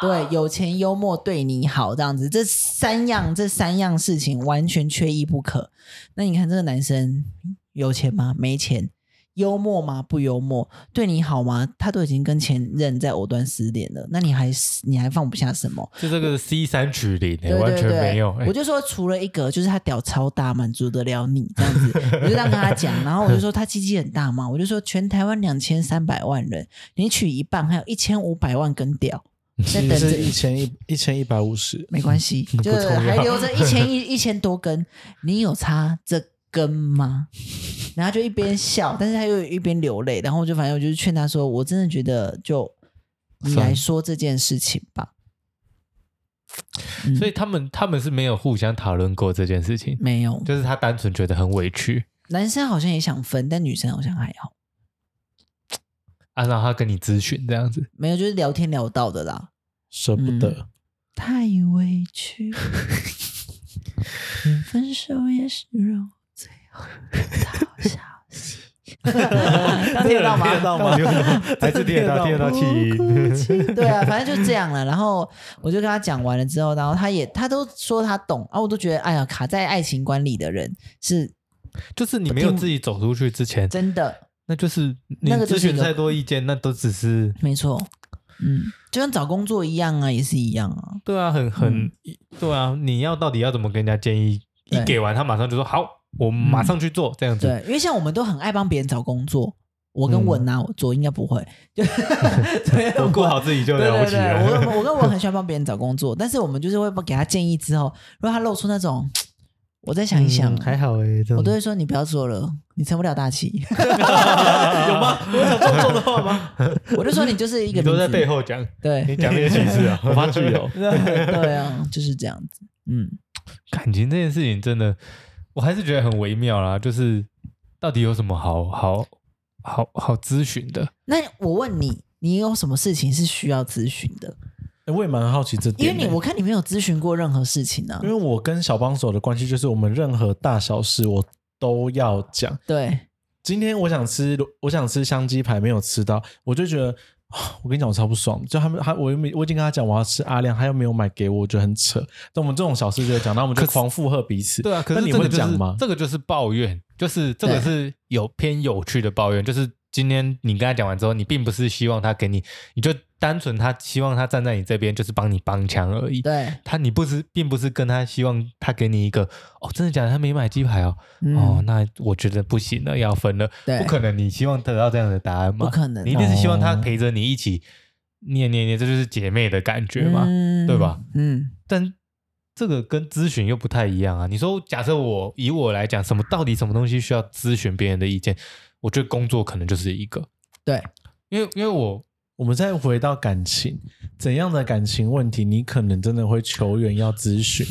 D: 对我好，
C: 对，有钱、幽默、对你好，这样子，这三样这三样事情完全缺一不可。那你看这个男生有钱吗？没钱。幽默吗？不幽默。对你好吗？他都已经跟前任在藕断丝连了，那你还你还放不下什么？
A: 就这个 C 三取零、欸，
C: 对
A: 完
C: 对
A: 全
C: 对，
A: 没有。欸
C: 我就说除了一个，就是他屌超大，满足得了你这样 子，我就这样跟他讲。然后我就说他鸡鸡很大嘛，我就说全台湾两千三百万人，你取一半，还有一千五百万 根屌。在
B: 其
C: 等
B: 实
C: 着
B: 是一千一一千一百五十，
C: 没关系，
A: 不
C: 就是
A: 重要
C: 还留着一千一一千多根，你有差这根吗？然后他就一边笑，但是他又一边流泪，然后我就反正我就劝他说，我真的觉得就你
A: 算
C: 来
A: 了
C: 说这件事情吧。嗯
A: 所以他们他们是没有互相讨论过这件事情，
C: 没有，
A: 就是他单纯觉得很委屈
C: 男生好像也想分，但女生好像还好，
A: 啊，然后他跟你咨询这样子。
C: 没有就是聊天聊到的啦，
B: 舍
C: 嗯
B: 不得。
C: 太委屈 了，分手也是肉，最后的好消息。听得到吗？
B: 听得到 吗
A: 还是听得到，听得到气
C: 不哭
A: 音。
C: 泣对啊，反正就这样了。然后我就跟他讲完了之后，然后他也他都说他懂啊，我都觉得哎呀，卡在爱情观里的人是
A: 就是你没有自己走出去之前，
C: 真的
A: 那就是你
C: 那个就
A: 咨
C: 是一
A: 询
C: 个
A: 再多意见，那都只 是
C: 没错，嗯，就像找工作一样啊，也是一样啊。
A: 对啊，很很、对啊。你要到底要怎么跟人家建议？
C: 对嗯
A: 一给完他马上就说好，我马上去做、这样子。
C: 对，因为像我们都很爱帮别人找工作，我
A: 嗯
C: 跟文啊，我左应该不 会，就对
A: 我顾好自己就
C: 对
A: 了
C: 对
A: 不起
C: 对，
A: 了。
C: 我跟我跟我很喜欢帮别人找工作，但是我们就是会给他建议之后，如果他露出那种，我再想一想，啊
A: 嗯 还好哎、这种
C: 我都会说你不要做了，你成不了 大器。
B: 有吗？我有讲中中的话吗？
C: 我就说你就是一
A: 你
C: 个
A: 都在
C: 名字
A: 背后讲，你
C: 对
A: 讲那些歧 视啊，
B: 我发具
C: 哦
B: 有。
C: 对啊，就是这样子。嗯，
A: 感情这件事情真的，我还是觉得很微妙啦。就是到底有什么好好好好咨询的？
C: 那我问你，你有什么事情是需要咨询的？
B: 欸我也蛮好奇这
C: 因
B: 点
C: 为
B: 欸，
C: 你我看你没有咨询过任何事情啊
A: 嗯
B: 因。为我跟小帮手的关系就是，我们任何大小事我都要讲。
C: 对，
B: 今天我想吃，我想吃香鸡排，没有吃到，我就觉得，啊我跟你讲，我超不爽的。就他们，他我又没，我已经跟他讲我要吃阿亮，他又没有买给我，我觉得很扯。但我们这种小事就会讲，然后我们就狂附和彼此。
A: 对啊，可
B: 那
A: 是
B: 你
A: 这个
B: 会
A: 就是
B: 讲吗？
A: 这个就是抱怨，就是这个
C: 对
A: 是有偏有趣的抱怨，就是今天你跟他讲完之后，你并不是希望他给你，你就单纯他希望他站在你这边，就是帮你帮腔而已。
C: 对，
A: 他你不是，并不是跟他希望他给你一个哦，真的假的？他没买鸡排哦，
C: 嗯
A: 哦，那我觉得不行了，要分了。
C: 对
A: 不可能，你希望得到这样的答案吗？
C: 不可能
A: 你一定是希望他
B: 哦
A: 陪着你一起念念念，这就是姐妹的感觉嘛。
C: 嗯
A: 对吧？
C: 嗯，
A: 但这个跟咨询又不太一样啊。你说，假设我以我来讲，什么到底什么东西需要咨询别人的意见？我觉得工作可能就是一个，
C: 对，
A: 因为因为我
B: 我们再回到感情，怎样的感情问题，你可能真的会求援要咨询，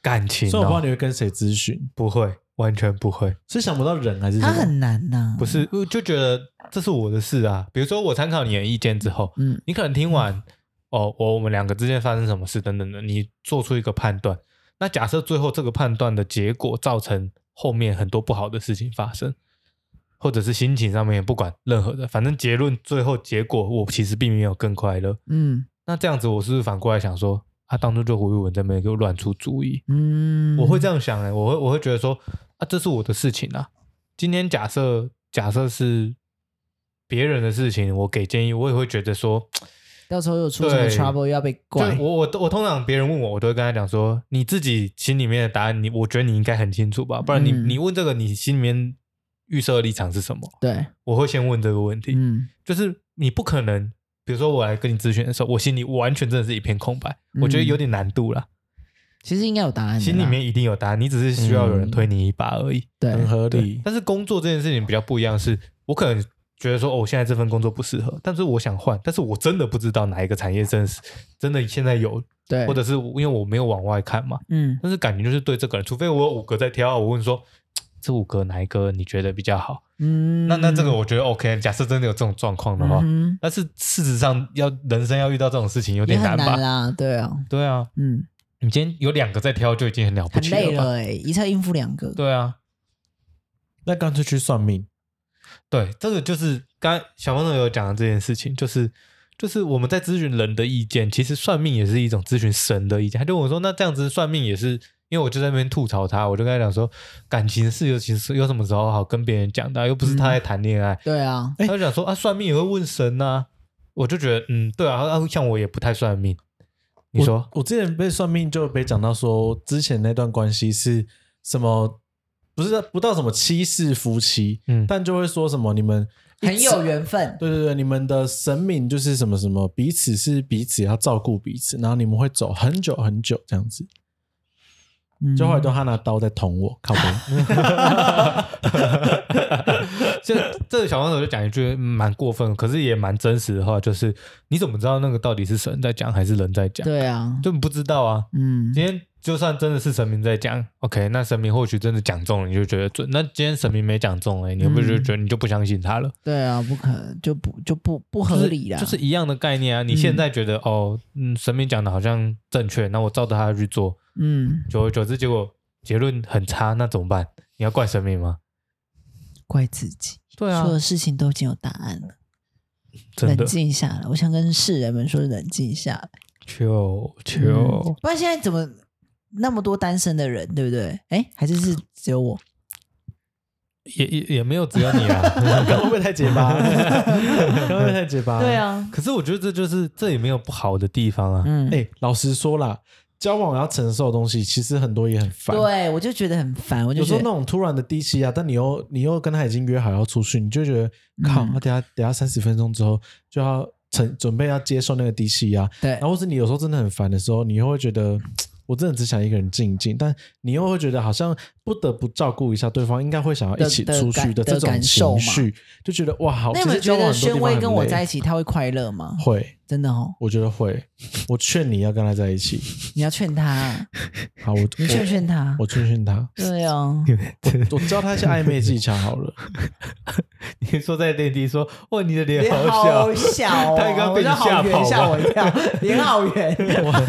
A: 感情、
B: 所以我不知道
A: 哦、
B: 你会跟谁咨询，
A: 不会，完全不会，
B: 是想不到人还是什
C: 它
B: 么
C: 很难呐、
A: 不，是，我就觉得这是我的事啊。比如说，我参考你的意见之后，
C: 嗯，
A: 你可能听完哦，我我们两个之间发生什么事等等的，你做出一个判断。那假设最后这个判断的结果造成后面很多不好的事情发生，或者是心情上面也不管任何的，反正结论最后结果我其实并没有更快乐。
C: 嗯
A: 那这样子，我是不是反过来想说，啊，当初就胡玉文在那边给我乱出主意？
C: 嗯，
A: 我会这样想哎、我会我会觉得说啊，这是我的事情啊。今天假设假设是别人的事情，我给建议，我也会觉得说，
C: 到时候有出什么
A: 对
C: trouble 又要被
A: 就
C: 怪，
A: 我我我通常别人问我，我都会跟他讲说，你自己心里面的答案，你我觉得你应该很清楚吧，不然你、
C: 嗯
A: 你问这个，你心里面预设的立场是什么？
C: 对，
A: 我会先问这个问题，
C: 嗯，
A: 就是你不可能，比如说我来跟你咨询的时候，我心里完全真的是一片空白，我觉得
C: 嗯
A: 有点难度啦，
C: 其实应该有答案的啦，
A: 心里面一定有答案，你只是需要有人
B: 嗯
A: 推你一把而已。
B: 很
C: 对，
B: 合
A: 对
B: 理。
A: 但是工作这件事情比较不一样是，我可能觉得说，哦，我现在这份工作不适合，但是我想换，但是我真的不知道哪一个产业真的是真的现在有，
C: 对，
A: 或者是因为我没有往外看嘛。
C: 嗯，
A: 但是感情就是对这个人，除非我有五个在挑，我问说，这五个哪一个你觉得比较好？
C: 嗯，
A: 那那这个我觉得 OK。假设真的有这种状况的话，
C: 嗯哼
A: 但是事实上要人生要遇到这种事情有
C: 也
A: 点
C: 很
A: 难吧？
C: 难啦，对啊，
A: 对啊，
C: 嗯，
A: 你今天有两个在挑就已经很了不
C: 很
A: 起
C: 累
A: 吧？
C: 了哎，一次要应付两个，
A: 对啊，
B: 那干脆去算命。
A: 对，这个就是刚才小朋友有讲的这件事情，就是就是我们在咨询人的意见，其实算命也是一种咨询神的意见。他就问我说，那这样子算命也是，因为我就在那边吐槽他，我就跟他讲说，感情事有其实有什么时候好跟别人讲的啊，又不是他在谈恋爱。
C: 对啊，
A: 他就讲说啊，算命也会问神呐、我就觉得嗯，对啊，啊像我也不太算命。你说
B: 我，我之前被算命就被讲到说，之前那段关系是什么？不是不到什么七世夫妻，
A: 嗯
B: 但就会说什么你们一
C: 很
B: 直
C: 有缘分，
B: 对对对，你们的神明就是什么什么，彼此是彼此要照顾彼此，然后你们会走很久很久这样子。
C: 嗯
B: 就后来都他拿刀在捅我，靠背。
A: 这这个小王手就讲一句蛮过分，可是也蛮真实的话，就是你怎么知道那个到底是神在讲还是人在讲？
C: 对啊，
A: 就不知道啊。
C: 嗯
A: 今天就算真的是神明在讲，OK，那神明或许真的讲中了，你就觉得准。那今天神明没讲中哎、你会不会就
C: 嗯
A: 觉得你就不相信他了？
C: 对啊，不可能就不就不不合理啦，嗯
A: 就是，就是一样的概念啊。你现在觉得、哦，嗯，神明讲的好像正确，那我照着他去做，
C: 嗯，
A: 久而久之，结果结论很差，那怎么办？你要怪神明吗？
C: 怪自己，
A: 对啊
C: 所，有事情都已经有答案了，
A: 真的
C: 冷，静下来，我想跟世人们说，冷静下来，
A: 求
C: 嗯
A: 求，
C: 不然现在怎么那么多单身的人，对不对？哎，还是是只有我，
A: 也也也没有只有你啊。
B: 会不会太结 巴？会不会太结巴？。
C: 啊，
A: 可是我觉得这就是这也没有不好的地方啊。
C: 嗯
B: 哎、，老实说啦，交往要承受的东西，其实很多也很烦。，
C: 对我就觉得很烦，我就
B: 有时
C: 觉
B: 候那
C: 得
B: 种突然的低气压，但你又你又跟他已经约好要出去，你就觉得靠，
C: 嗯
B: 那等下等下三十分钟之后就要承准备要接受那个低气压，
C: 对
B: 然后或是你有时候真的很烦的时候，你又会觉得。我真的只想一个人静一静，但你又会觉得好像不得不照顾一下对方，应该会想要一起
C: 的的
B: 出去的
C: 感
B: 这
C: 的
B: 种
C: 感受
B: 情
C: 嘛
B: 绪，就觉得哇，好。
C: 那有没有
B: 其实交
C: 觉
B: 往
C: 得
B: 很多
C: 宣
B: 地方
C: 威
B: 很
C: 跟我
B: 累
C: 在一起他会快乐吗？
B: 会，
C: 真的哦，
B: 我觉得会。我劝你要跟他在一起。
C: 你要劝他，啊
B: 好，我
C: 你劝
B: 我
C: 劝他，啊
B: 我劝劝他，
C: 对啊，
B: 我教他一些暧昧技巧好了。
A: 你说在内地说，哇，你的脸
C: 脸
A: 好
C: 好小哦，
A: 他应该
C: 我
A: 被你
C: 说好
A: 吓
C: 圆
A: 跑
C: 吓
A: 吧
C: 我一跳，脸好圆，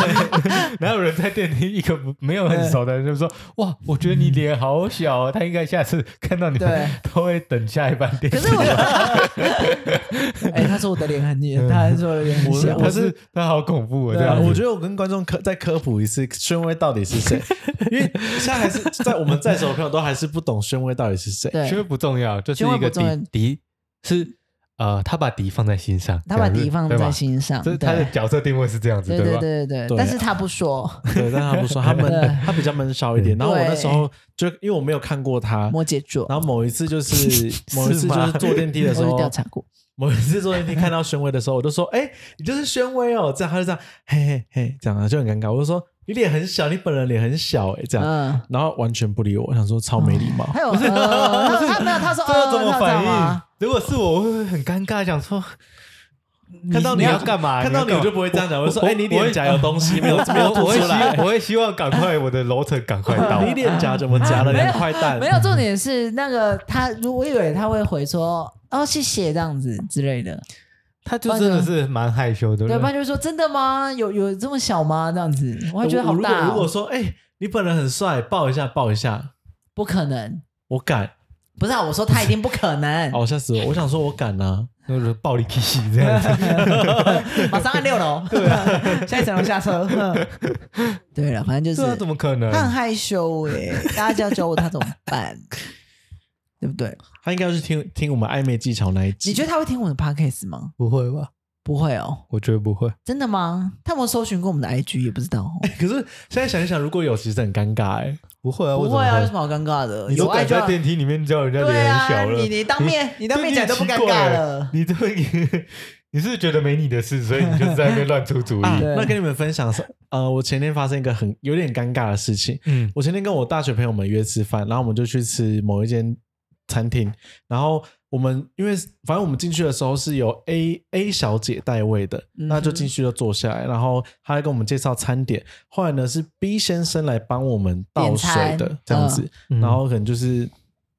A: 哪有人在电梯一个 没有很熟的人就说哇，我觉得你脸好小哦，他应该下次看到你们
C: 对
A: 都会等下一班电梯
C: 可。是我，哎，他说我的脸很圆，他还说我的脸很小，
A: 他是他好恐怖哦，这
B: 对啊，
A: 样
B: 我
A: 子
B: 觉得我跟观众科再科普一次，宣威到底是 谁？因为现在还是在我们在座的朋友都还是不懂宣威到底是谁。
A: 其实
C: 对，
A: 不重要，就是
C: 学
A: 一
C: 问
A: 个
C: 不重要
A: 敌敌是呃，他把敌放在心上，
C: 他把
A: 这样子
C: 敌放
A: 对吧
C: 在心上，
A: 这
C: 对
A: 是他的
C: 对
A: 角色定位是这样子，
C: 对
A: 吧？
C: 对对
B: 对
C: 对，但是他不说
B: 对，但他不说，他闷
C: 对，
B: 他比较闷骚一点。然后我
C: 对
B: 那时候就因为我没有看过
A: 啊
B: 他，
C: 摩羯座，
B: 然后某一次就是 某一次就是坐电梯的
C: 我
B: 时
C: 去
B: 候，
C: 调查过，
B: 某一次坐电梯看到宣威的时候，我就说：“哎、你就是宣威哦。”这样他就这样，嘿嘿嘿，这样啊就很尴尬。我就说：“你脸很小，你本人脸很小、哎，这样。
C: 嗯。
B: 然后完全不理我，我想说超没礼貌。
C: 还有，呃他他没有，他说
A: 这要
C: 呃，
A: 怎么反
C: 他这样
A: 应
C: 吗？？
A: 如果是我，我会很尴尬，想说
B: 看到
A: 你
B: 你
A: 要干嘛？
B: 看啊到你
A: 要干嘛
B: 我就不会这样讲，我就说：“
A: 我
B: 哎、你
A: 我
B: 脸
A: 会
B: 颊有东西没有？没
A: 我
B: 有吐
A: 会
B: 出
A: 希 望
B: 来。。
A: 我会希望赶快我的楼层赶快到
B: 你脸颊怎么夹了两块
A: 嗯
B: 蛋？
C: 没有，重点是那个他，如我以为他会回说哦谢谢这样子之类的，
A: 他就真的是蛮害羞的，
C: 对，不然就说真的吗？有有这么小吗？这样子，我还觉得好
B: 如果
C: 大
B: 如果
C: 哦，
B: 说：“哎、你本人很帅，抱一下，抱一下。
C: 不可能，”
B: 我敢，
C: 不是啊，我说他一定不可 能，
B: 哦，吓死我！我想说，我敢啊。
A: 就是暴力 kiss 这样子。
C: 马上按六楼，
A: 啊
C: 下一层楼下车。嗯对了，反正就
A: 对啊，
C: 是
A: 怎么可能？
C: 他很害羞哎，大家就要教我他怎么 办，对不对？
B: 他应该要去听听我们暧昧技巧那一集。
C: 你觉得他会听我的 podcast 吗？
A: 不会吧？
C: 不会哦，
A: 我觉得不会。
C: 真的吗？他有没有搜寻过我们的 IG 也不知道 哦。
B: 可是现在想一想，如果有，其实很尴尬哎、
A: 不会啊，
C: 不
A: 我怎
C: 会啊，有什
A: 么
C: 么好尴尬的？
A: 会？你
C: 有
A: 都
C: 爱
A: 敢
C: 就
A: 在
C: 要
A: 电梯里面叫人家
C: 对
A: 脸很
C: 啊
A: 小，了，
C: 你你当面你当面讲都不尴尬了。
A: 你这个你是不是觉得没你的事，所以你就是在那边乱出主意。
B: 啊，
C: 对
B: 那跟你们分享是，呃，我前天发生一个很有点尴尬的事情。
A: 嗯，
B: 我前天跟我大学朋友们约吃饭，然后我们就去吃某一间餐厅，然后我们因为反正我们进去的时候是由 A A 小姐代位的，
C: 嗯哼
B: 那就进去就坐下来，然后她来跟我们介绍餐点。后来呢是 B 先生来帮我们倒水
C: 点
B: 的
C: 餐
B: 这样子，
A: 嗯
B: 然后可能就是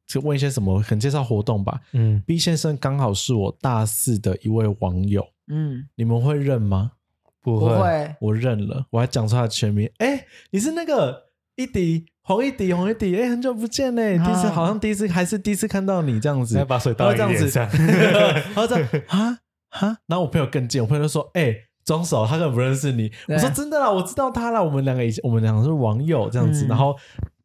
B: 就问一些什么，可能介绍活动吧。
A: 嗯，
B: B 先生刚好是我大四的一位网友，
C: 嗯，
B: 你们会认吗？
A: 不
C: 不
A: 会，
C: 会，
B: 我认了，我还讲出他的全名。哎，你是那个一迪红一迪红一迪，哎，很久不见嘞！第一次
C: 啊
B: 好像第一次还是第一次看到你这样子，
A: 你要把水
B: 然
A: 倒
B: 后
A: 你
B: 这样
A: 脸
B: 子，
A: 上。
B: 然后这样啊啊！ 然后我朋友更贱，我朋友就说：“哎、装熟，他根本不认识你。”
C: 对
B: 我说：“真的啦，我知道他啦，我们两个以前我们两个是网友这样子。
C: 嗯
B: 然后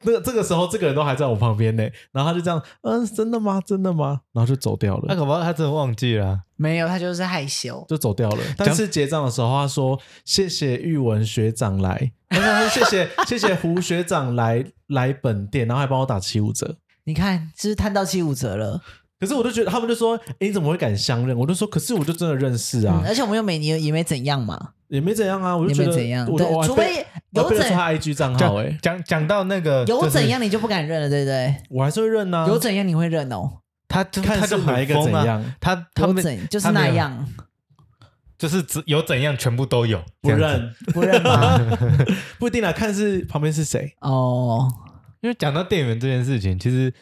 B: 那个这个时候，这个人都还在我旁边呢，然后他就这样：“嗯，真的吗？真的吗？”然后就走掉
A: 那
B: 了。
A: 搞不好他真的忘记了啊，
C: 没有，他就是害羞。
B: 就走掉了。但是结账的时候，他说：“谢谢玉文学长来。”然后他说：“谢 谢谢谢胡学长来来本店，然后还帮我打七五折。”
C: 你看，就是摊到七五折了，
B: 可是我就觉得他们就说：“哎，你怎么会敢相认？”我就说：“可是我就真的认识啊。
C: 嗯，而且我们又没你也没怎样嘛，
B: 也没怎样啊，我就
C: 也
B: 觉
C: 没
B: 得
C: 怎样，
B: 我就
C: 对
B: 我，还
C: 除
B: 背
C: 非
B: 我还
C: 有
B: 背得出
C: 怎
B: 他 IG 账号哎、
A: 讲讲讲到那个
C: 有
A: 就是
C: 怎样你就不敢认了，对不对？
B: 我还是会认啊，
C: 有怎样你会认哦？
A: 他就
B: 看
A: 他
B: 是
A: 就
B: 哪
A: 很
B: 一个怎
A: 疯啊
B: 样，
A: 他他
C: 有
A: 们
C: 怎就是
A: 他没
C: 那
A: 有
C: 样，
A: 就是只有怎样全部都有，
B: 不
A: 这样子。
B: 认
C: 不认 吗？
B: 不一定啊，看是旁边是谁，
C: 哦，
A: 因为讲到店员这件事情，其实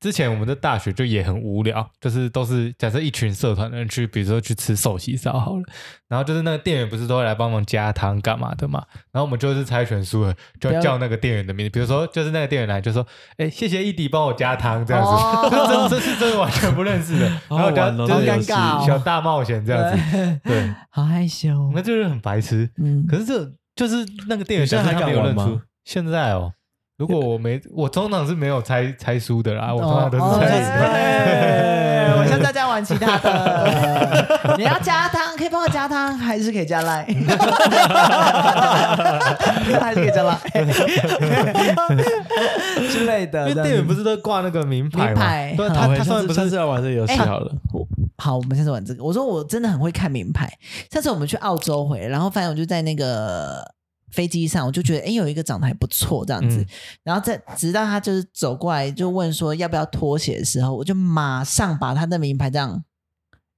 A: 之前我们在大学就也很无聊，就是都是假设一群社团的人去，比如说去吃寿喜烧好了，然后就是那个店员不是都会来帮忙加汤干嘛的嘛，然后我们就是猜拳输了就要
C: 不要
A: 叫那个店员的名字，比如说就是那个店员来就说，哎，谢谢一迪帮我加汤这样子，
C: 哦
A: 这这是真的完全不认识 的，
B: 好
A: 然
B: 好
A: 后
B: 玩
A: 就要
B: 哦
A: 就
C: 那个游
A: 是
C: 戏好尴尬哦
A: 小大冒险这样子，
C: 对，
A: 对，
C: 好害羞哦
A: 那。就是很白痴，
C: 嗯，
A: 可是这就是那个店员，
B: 你现在还
A: 假设他没有
B: 敢玩
A: 认
B: 吗
A: 出。现在哦，如果我没，我通常是没有猜猜输的啦，我通常都
C: 哦
A: 是
C: 对
A: 猜赢的。
C: 我向大家玩其他 的。你要加汤，可以帮我加汤，还是可以加 赖？还是可以加赖之类的。
A: 因为
C: 这样子
A: 店员不是都挂那个名牌
C: 名牌
A: 吗？对，啊
C: 嗯
A: 他
B: 好
A: 他
B: 下
A: 上面
B: 次
A: 不
B: 下次
A: 是
B: 来玩这个
C: 哎
B: 游戏好了，
C: 我好，我们下次玩这个。我说我真的很会看名牌。上次我们去澳洲回来，然后反正我就在那个飞机上，我就觉得哎、诶有一个长得还不错这样子。
A: 嗯
C: 然后在直到他就是走过来就问说要不要拖鞋的时候，我就马上把他的名牌这样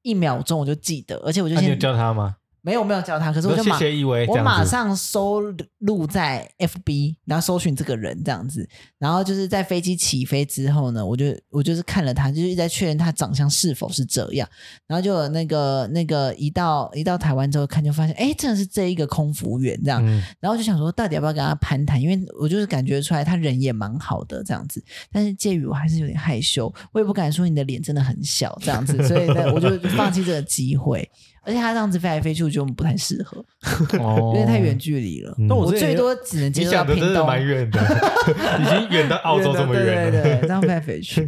C: 一秒钟我就记得，而且我就
A: 那啊你有
C: 先、
A: 教他吗？
C: 没有没有教他，可是我就
A: 说谢
C: 马
A: 谢一威，
C: 我
A: 这样
C: 马
A: 子
C: 上收录在 FB，然后搜寻这个人这样子，然后就是在飞机起飞之后呢，我就我就是看了他，就是一直在确认他长相是否是这样，然后就有那个那个一到一到台湾之后看就发现，哎，真的是这一个空服员这样，
A: 嗯，
C: 然后就想说到底要不要跟他攀谈，因为我就是感觉出来他人也蛮好的这样子，但是介于我还是有点害羞，我也不敢说你的脸真的很小这样子，所以呢我就放弃这个机会，而且他这样子飞来飞去，我觉得我们不太适合。
B: 哦
C: 有点太远。距离了。
A: 嗯
B: 那
C: 我
B: 之前
C: 最
B: 也
C: 多只能接
A: 你
C: 受到
A: 想的
C: 屏
A: 真的
C: 东，
A: 蛮远 的，已经远到澳洲这么
C: 对对
A: 远
C: 对
A: 了。
C: 对，这样飞来飞 去。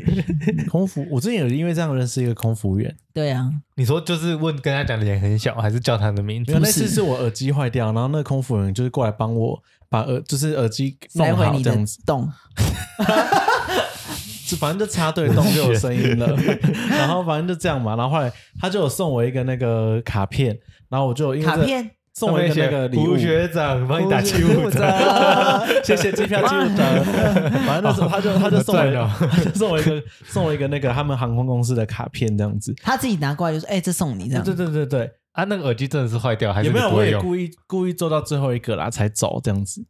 B: 空服，我之前有因为这样认识一个空服员，
C: 对啊，
A: 你说就是问跟他讲的脸很小，还是叫他的名
B: 没
A: 字
B: 有？那次是我耳机坏掉，然后那个空服员就是过来帮我把耳就是耳机
C: 塞
B: 弄
C: 回
B: 好
C: 你
B: 这
C: 的
B: 样子，
C: 洞，
B: 就反正就插对洞就有声音 了，然后反正就这样嘛，然后后来他就有送我一个那个卡片，然后我就因为
C: 卡
B: 这
C: 片
B: 送我一个那个礼
A: 上面写
B: 物
A: 胡，学长帮你打七五折，
B: 谢谢机票记录 的。反正那时候他就他就送我一
C: 哦
B: 个，
A: 好
B: 他就送我一个送我一个那个他们航空公司的卡片这样子。
C: 他自己拿过来就说：“哎，这送你这样。
B: 对”对对对，
A: 啊，那个耳机真的是坏掉，还是
B: 也没有
A: 你不
B: 我
A: 会
B: 也
A: 用？
B: 故意故意做到最后一个啦才走这样子。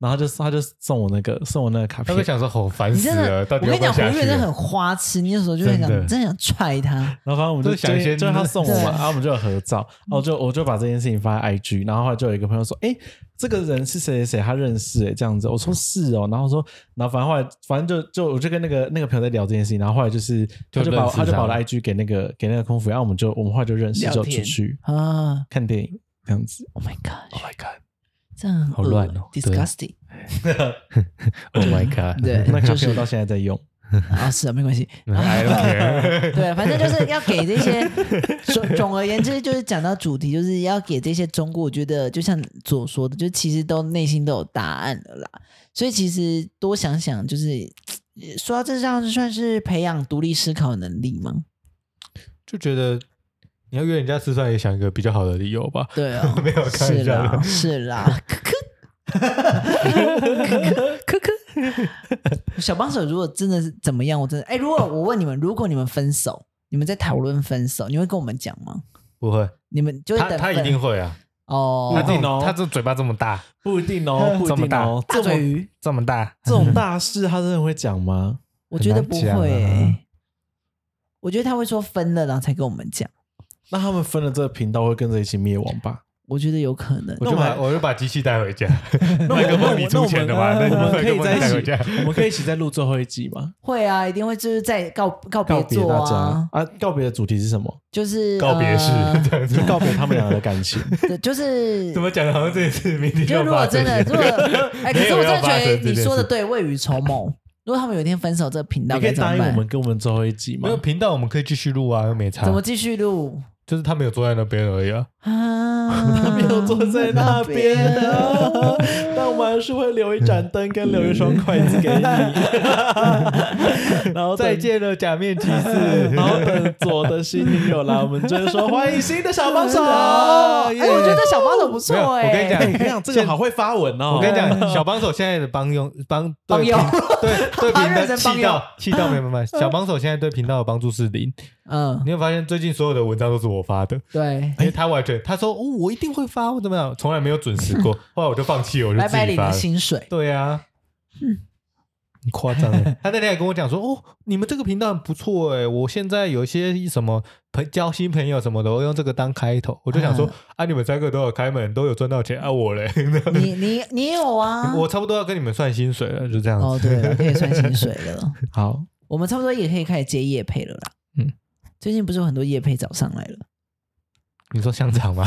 B: 然后他就他就送我那个送我那个卡
A: 他
B: 片
A: 会，想说好烦
C: 你
A: 死
C: 真
A: 了，
C: 的，
A: 啊到
C: 我
A: 底要
C: 跟你
A: 不要
C: 讲，胡
A: 下
C: 月
A: 去
C: 真的
A: 了？
C: 很花痴，你那时候就很想
A: 真的
C: 真的想踹他。
B: 然后反正我们就
A: 都想一些
B: 就就是他送我嘛，
C: 对
B: 然后我们就有合照， 然后我就我就把这件事情发在 IG，然后后来就有一个朋友说，哎，这个人是谁谁谁，他认识哎、这样子，我说是哦，然后说，然后反正后来反正就就我就跟那个那个朋友在聊这件事情，然后后来就是他就把
A: 认
B: 我
A: 识
B: 他就把我的
A: 上
B: IG 给那个给那个空服，然后我们就我们后来就认识，
C: 聊
B: 就
C: 天
B: 出去
C: 啊
B: 看电影这样子。
C: ！Oh my god，
A: Oh my god!
C: 这很
A: 好乱哦对
C: ，disgusting。
A: Oh my god!
C: 对
B: 那，
C: 就
B: 卡
C: 是
B: 片我到现在在用，
C: 啊，是啊，没关系。
A: I don't care.
C: 对，反正就是要给这些 总总而言之，就是讲到主题，就是要给这些中国，我觉得就像左说的，就其实都内心都有答案了啦。所以其实多想想，就是说到这上算是培养独立思考能力吗？
A: 就觉得你要约人家吃饭，也想一个比较好的理由吧。
C: 对 啊、
A: 没有开玩
C: 是
A: 笑
C: 啦，
A: 的
C: 是啦，可可。可 可，小帮手，如果真的是怎么样，我真的哎、如果我问你们，如果你们分手，你们在讨论分手，你会跟我们讲吗？
A: 不会，
C: 你们就会
A: 他
C: 等
A: 他一
C: 分
A: 定会啊，
C: 哦，
A: 他这
B: 一定哦
A: 种他这种嘴巴这么大，
B: 不一定哦，不一
A: 这么
B: 定
A: 大
B: 哦，
C: 大
B: 这
C: 嘴
B: 么
C: 鱼，
A: 这么大，
B: 这种大事他真的会讲吗？
C: 我觉得
B: 很
C: 不
B: 难
C: 会
B: 讲啊
C: 欸，我觉得他会说分了，然后才跟我们讲。
B: 那他们分了这个频道会跟着一起灭亡吧？
C: 我觉得有可能。
A: 我就把
B: 那我还
A: 我就把机器带回家，
B: 那我
A: 麦克
B: 那我
A: 风你出钱的嘛，
B: 那
A: 那
B: 我
A: 你
B: 们我
A: 把
B: 们
A: 麦克
B: 可
A: 风
B: 以在
A: 带回
B: 一起
A: 家。，
B: 我们可以一起再录最后一集吗？
C: 会啊，一定会就是在告
B: 告
C: 告别
B: 别
C: 作
B: 大
C: 啊
B: 家，啊！告别的主题是什么？
C: 就是
A: 告别式
C: 呃
A: 这样子
B: 就，告别他们两个的感 情。
C: 对就 是
A: 怎么讲的？好像这一次明天
C: 就
A: 要
C: 如果
A: 发生
C: 真的，如果哎，可
A: 没
C: 是
A: 有
C: 我真的
A: 要
C: 觉
A: 发
C: 得
A: 生这
C: 你
A: 件
C: 说的
A: 事
C: 对，未雨绸缪。如果他们有一天分手，这个频道
B: 你可
C: 该
B: 以
C: 怎么
B: 答应我
C: 办？
B: 们跟我们最后一集吗
A: 没有？频道，我们可以继续录啊，又没差
C: 怎。么继续录
A: 就是他没有坐在那边而已 啊。
C: 啊？他
B: 没有坐在那边，
A: 啊
B: 但我们还是会留一盏灯跟留一双筷子给 你。然后等
A: 再，见了，假面骑士。
B: 然后等左的新女友来，我们就会说欢迎新的小 帮手。
C: 哎，我觉得小帮手不
A: 没有
C: 错哎。
A: 我跟你讲
B: 哎，这样这个好会发文哦！
A: 我跟你讲，小帮手现在的帮佣帮对
C: 帮佣
A: 频 对对
C: 他
A: 频道
C: 认真帮
A: 气
C: 佣
A: 到气到没办法。小帮手现在对频道的帮助是零。
C: 嗯，
A: 你有发现最近所有的文章都是我发的，
C: 对，
A: 因为他完全他说哦，我一定会发，我怎么样，从来没有准 时过。后来我就放弃了，我就
C: 拜
A: 自
C: 拜
A: 己
C: 领
A: 发
C: 的嗯
A: 了。
C: 薪水。
A: 对啊，很夸张 欸。他那天还跟我讲说，哦，你们这个频道很不错哎，我现在有一些什么朋交新朋友什么的，我用这个当开头。我就想
C: 嗯
A: 说，啊，你们三个都有开门，都有赚到钱，啊，我嘞，
C: 你你你有啊？
A: 我差不多要跟你们算薪水了，就这样子。
C: 哦，对了，可以算薪水了。
B: 好，
C: 我们差不多也可以开始接业配了啦。嗯
A: 嗯，
C: 最近不是有很多业配找上来了，
A: 你说香肠吗？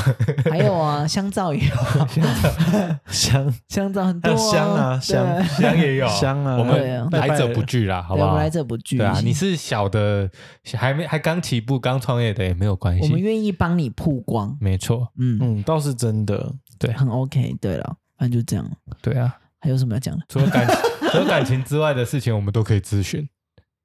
C: 还有啊， 香皂也有，
B: 香
C: 香皂很多、
B: 还有香啊
C: 对
B: 香
A: 香也有，
B: 香啊
A: 我
C: 对啊
A: 们来者不拒啦，好
C: 对，
A: 不
C: 我们
A: 好
C: 来？这部剧，
A: 对啊，你是小的，还没还刚起步、刚创业的也没有关
C: 我们
A: 系，
C: 愿意帮你曝光，
A: 没错，
C: 嗯，
B: 嗯，倒是真的。
A: 嗯
C: 很 OK。对了，反正就这样。
A: 对啊。
C: 还有什么要讲的？
A: 除了感除了感情 之外的事情，我们都可以咨询。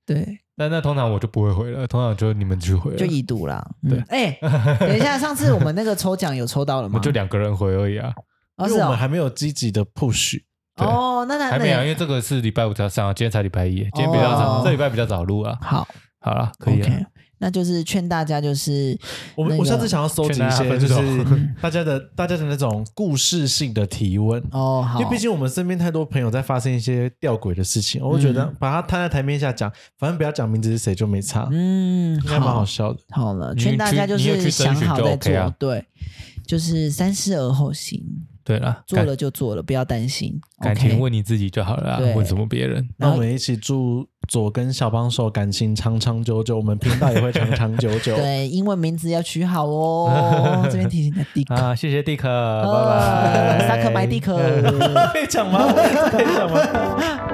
C: 对，
A: 但那通常我就不会回了，通常就你们去回了，
C: 就已读啦。
A: 啊对
C: 嗯，哎、等一下，上次我们那个抽奖有抽到了
A: 我
C: 吗？
A: 们就两个人回而已啊，
C: 哦，
B: 因
C: 是
B: 为我们
C: 哦，
B: 还没有积极的 push，
A: 对
C: 哦，那那
A: 还
C: 那
A: 没啊有，因为
C: 也
A: 这个是礼拜五才上啊，今天才礼拜一，今天比较早，
C: 哦
A: 这礼拜比较早录啊。
C: 好
A: 好了，可以啊了。
C: ，OK，那就是劝大家就是
B: 我们
C: 那个
B: 我下次想要搜集一些，就
A: 劝大家分
B: 是大家的大家的那种故事性的提问。
C: 哦，好，
B: 因为毕竟我们身边太多朋友在发生一些吊诡的事情，我会觉得把它摊在台面下讲，反正不要讲名字是谁就没差，
C: 嗯，
B: 应该蛮好笑的。
C: 好了，
A: 你
C: 劝
A: 去
C: 大家就
A: 你有
C: 是
A: 去
C: 想
A: 争取
C: 好
A: 就
C: 再做，
A: OK 啊
C: 对，就是三思而后行，
A: 对了，
C: 做
A: 感
C: 了就做了，不要担心。
A: 感情
C: OK
A: 问你自己就好了啊
C: 对，
A: 问什么别人？
B: 那我们一起祝左跟小帮手感情长长久久，我们频道也会长长久
A: 哦
B: 久。
C: 对英文名字要取 好哦，这边提醒他迪克，
A: 啊，谢谢迪克，拜
C: 呃
A: 拜，
C: 萨克白迪克。
B: 可以讲吗？可以讲吗？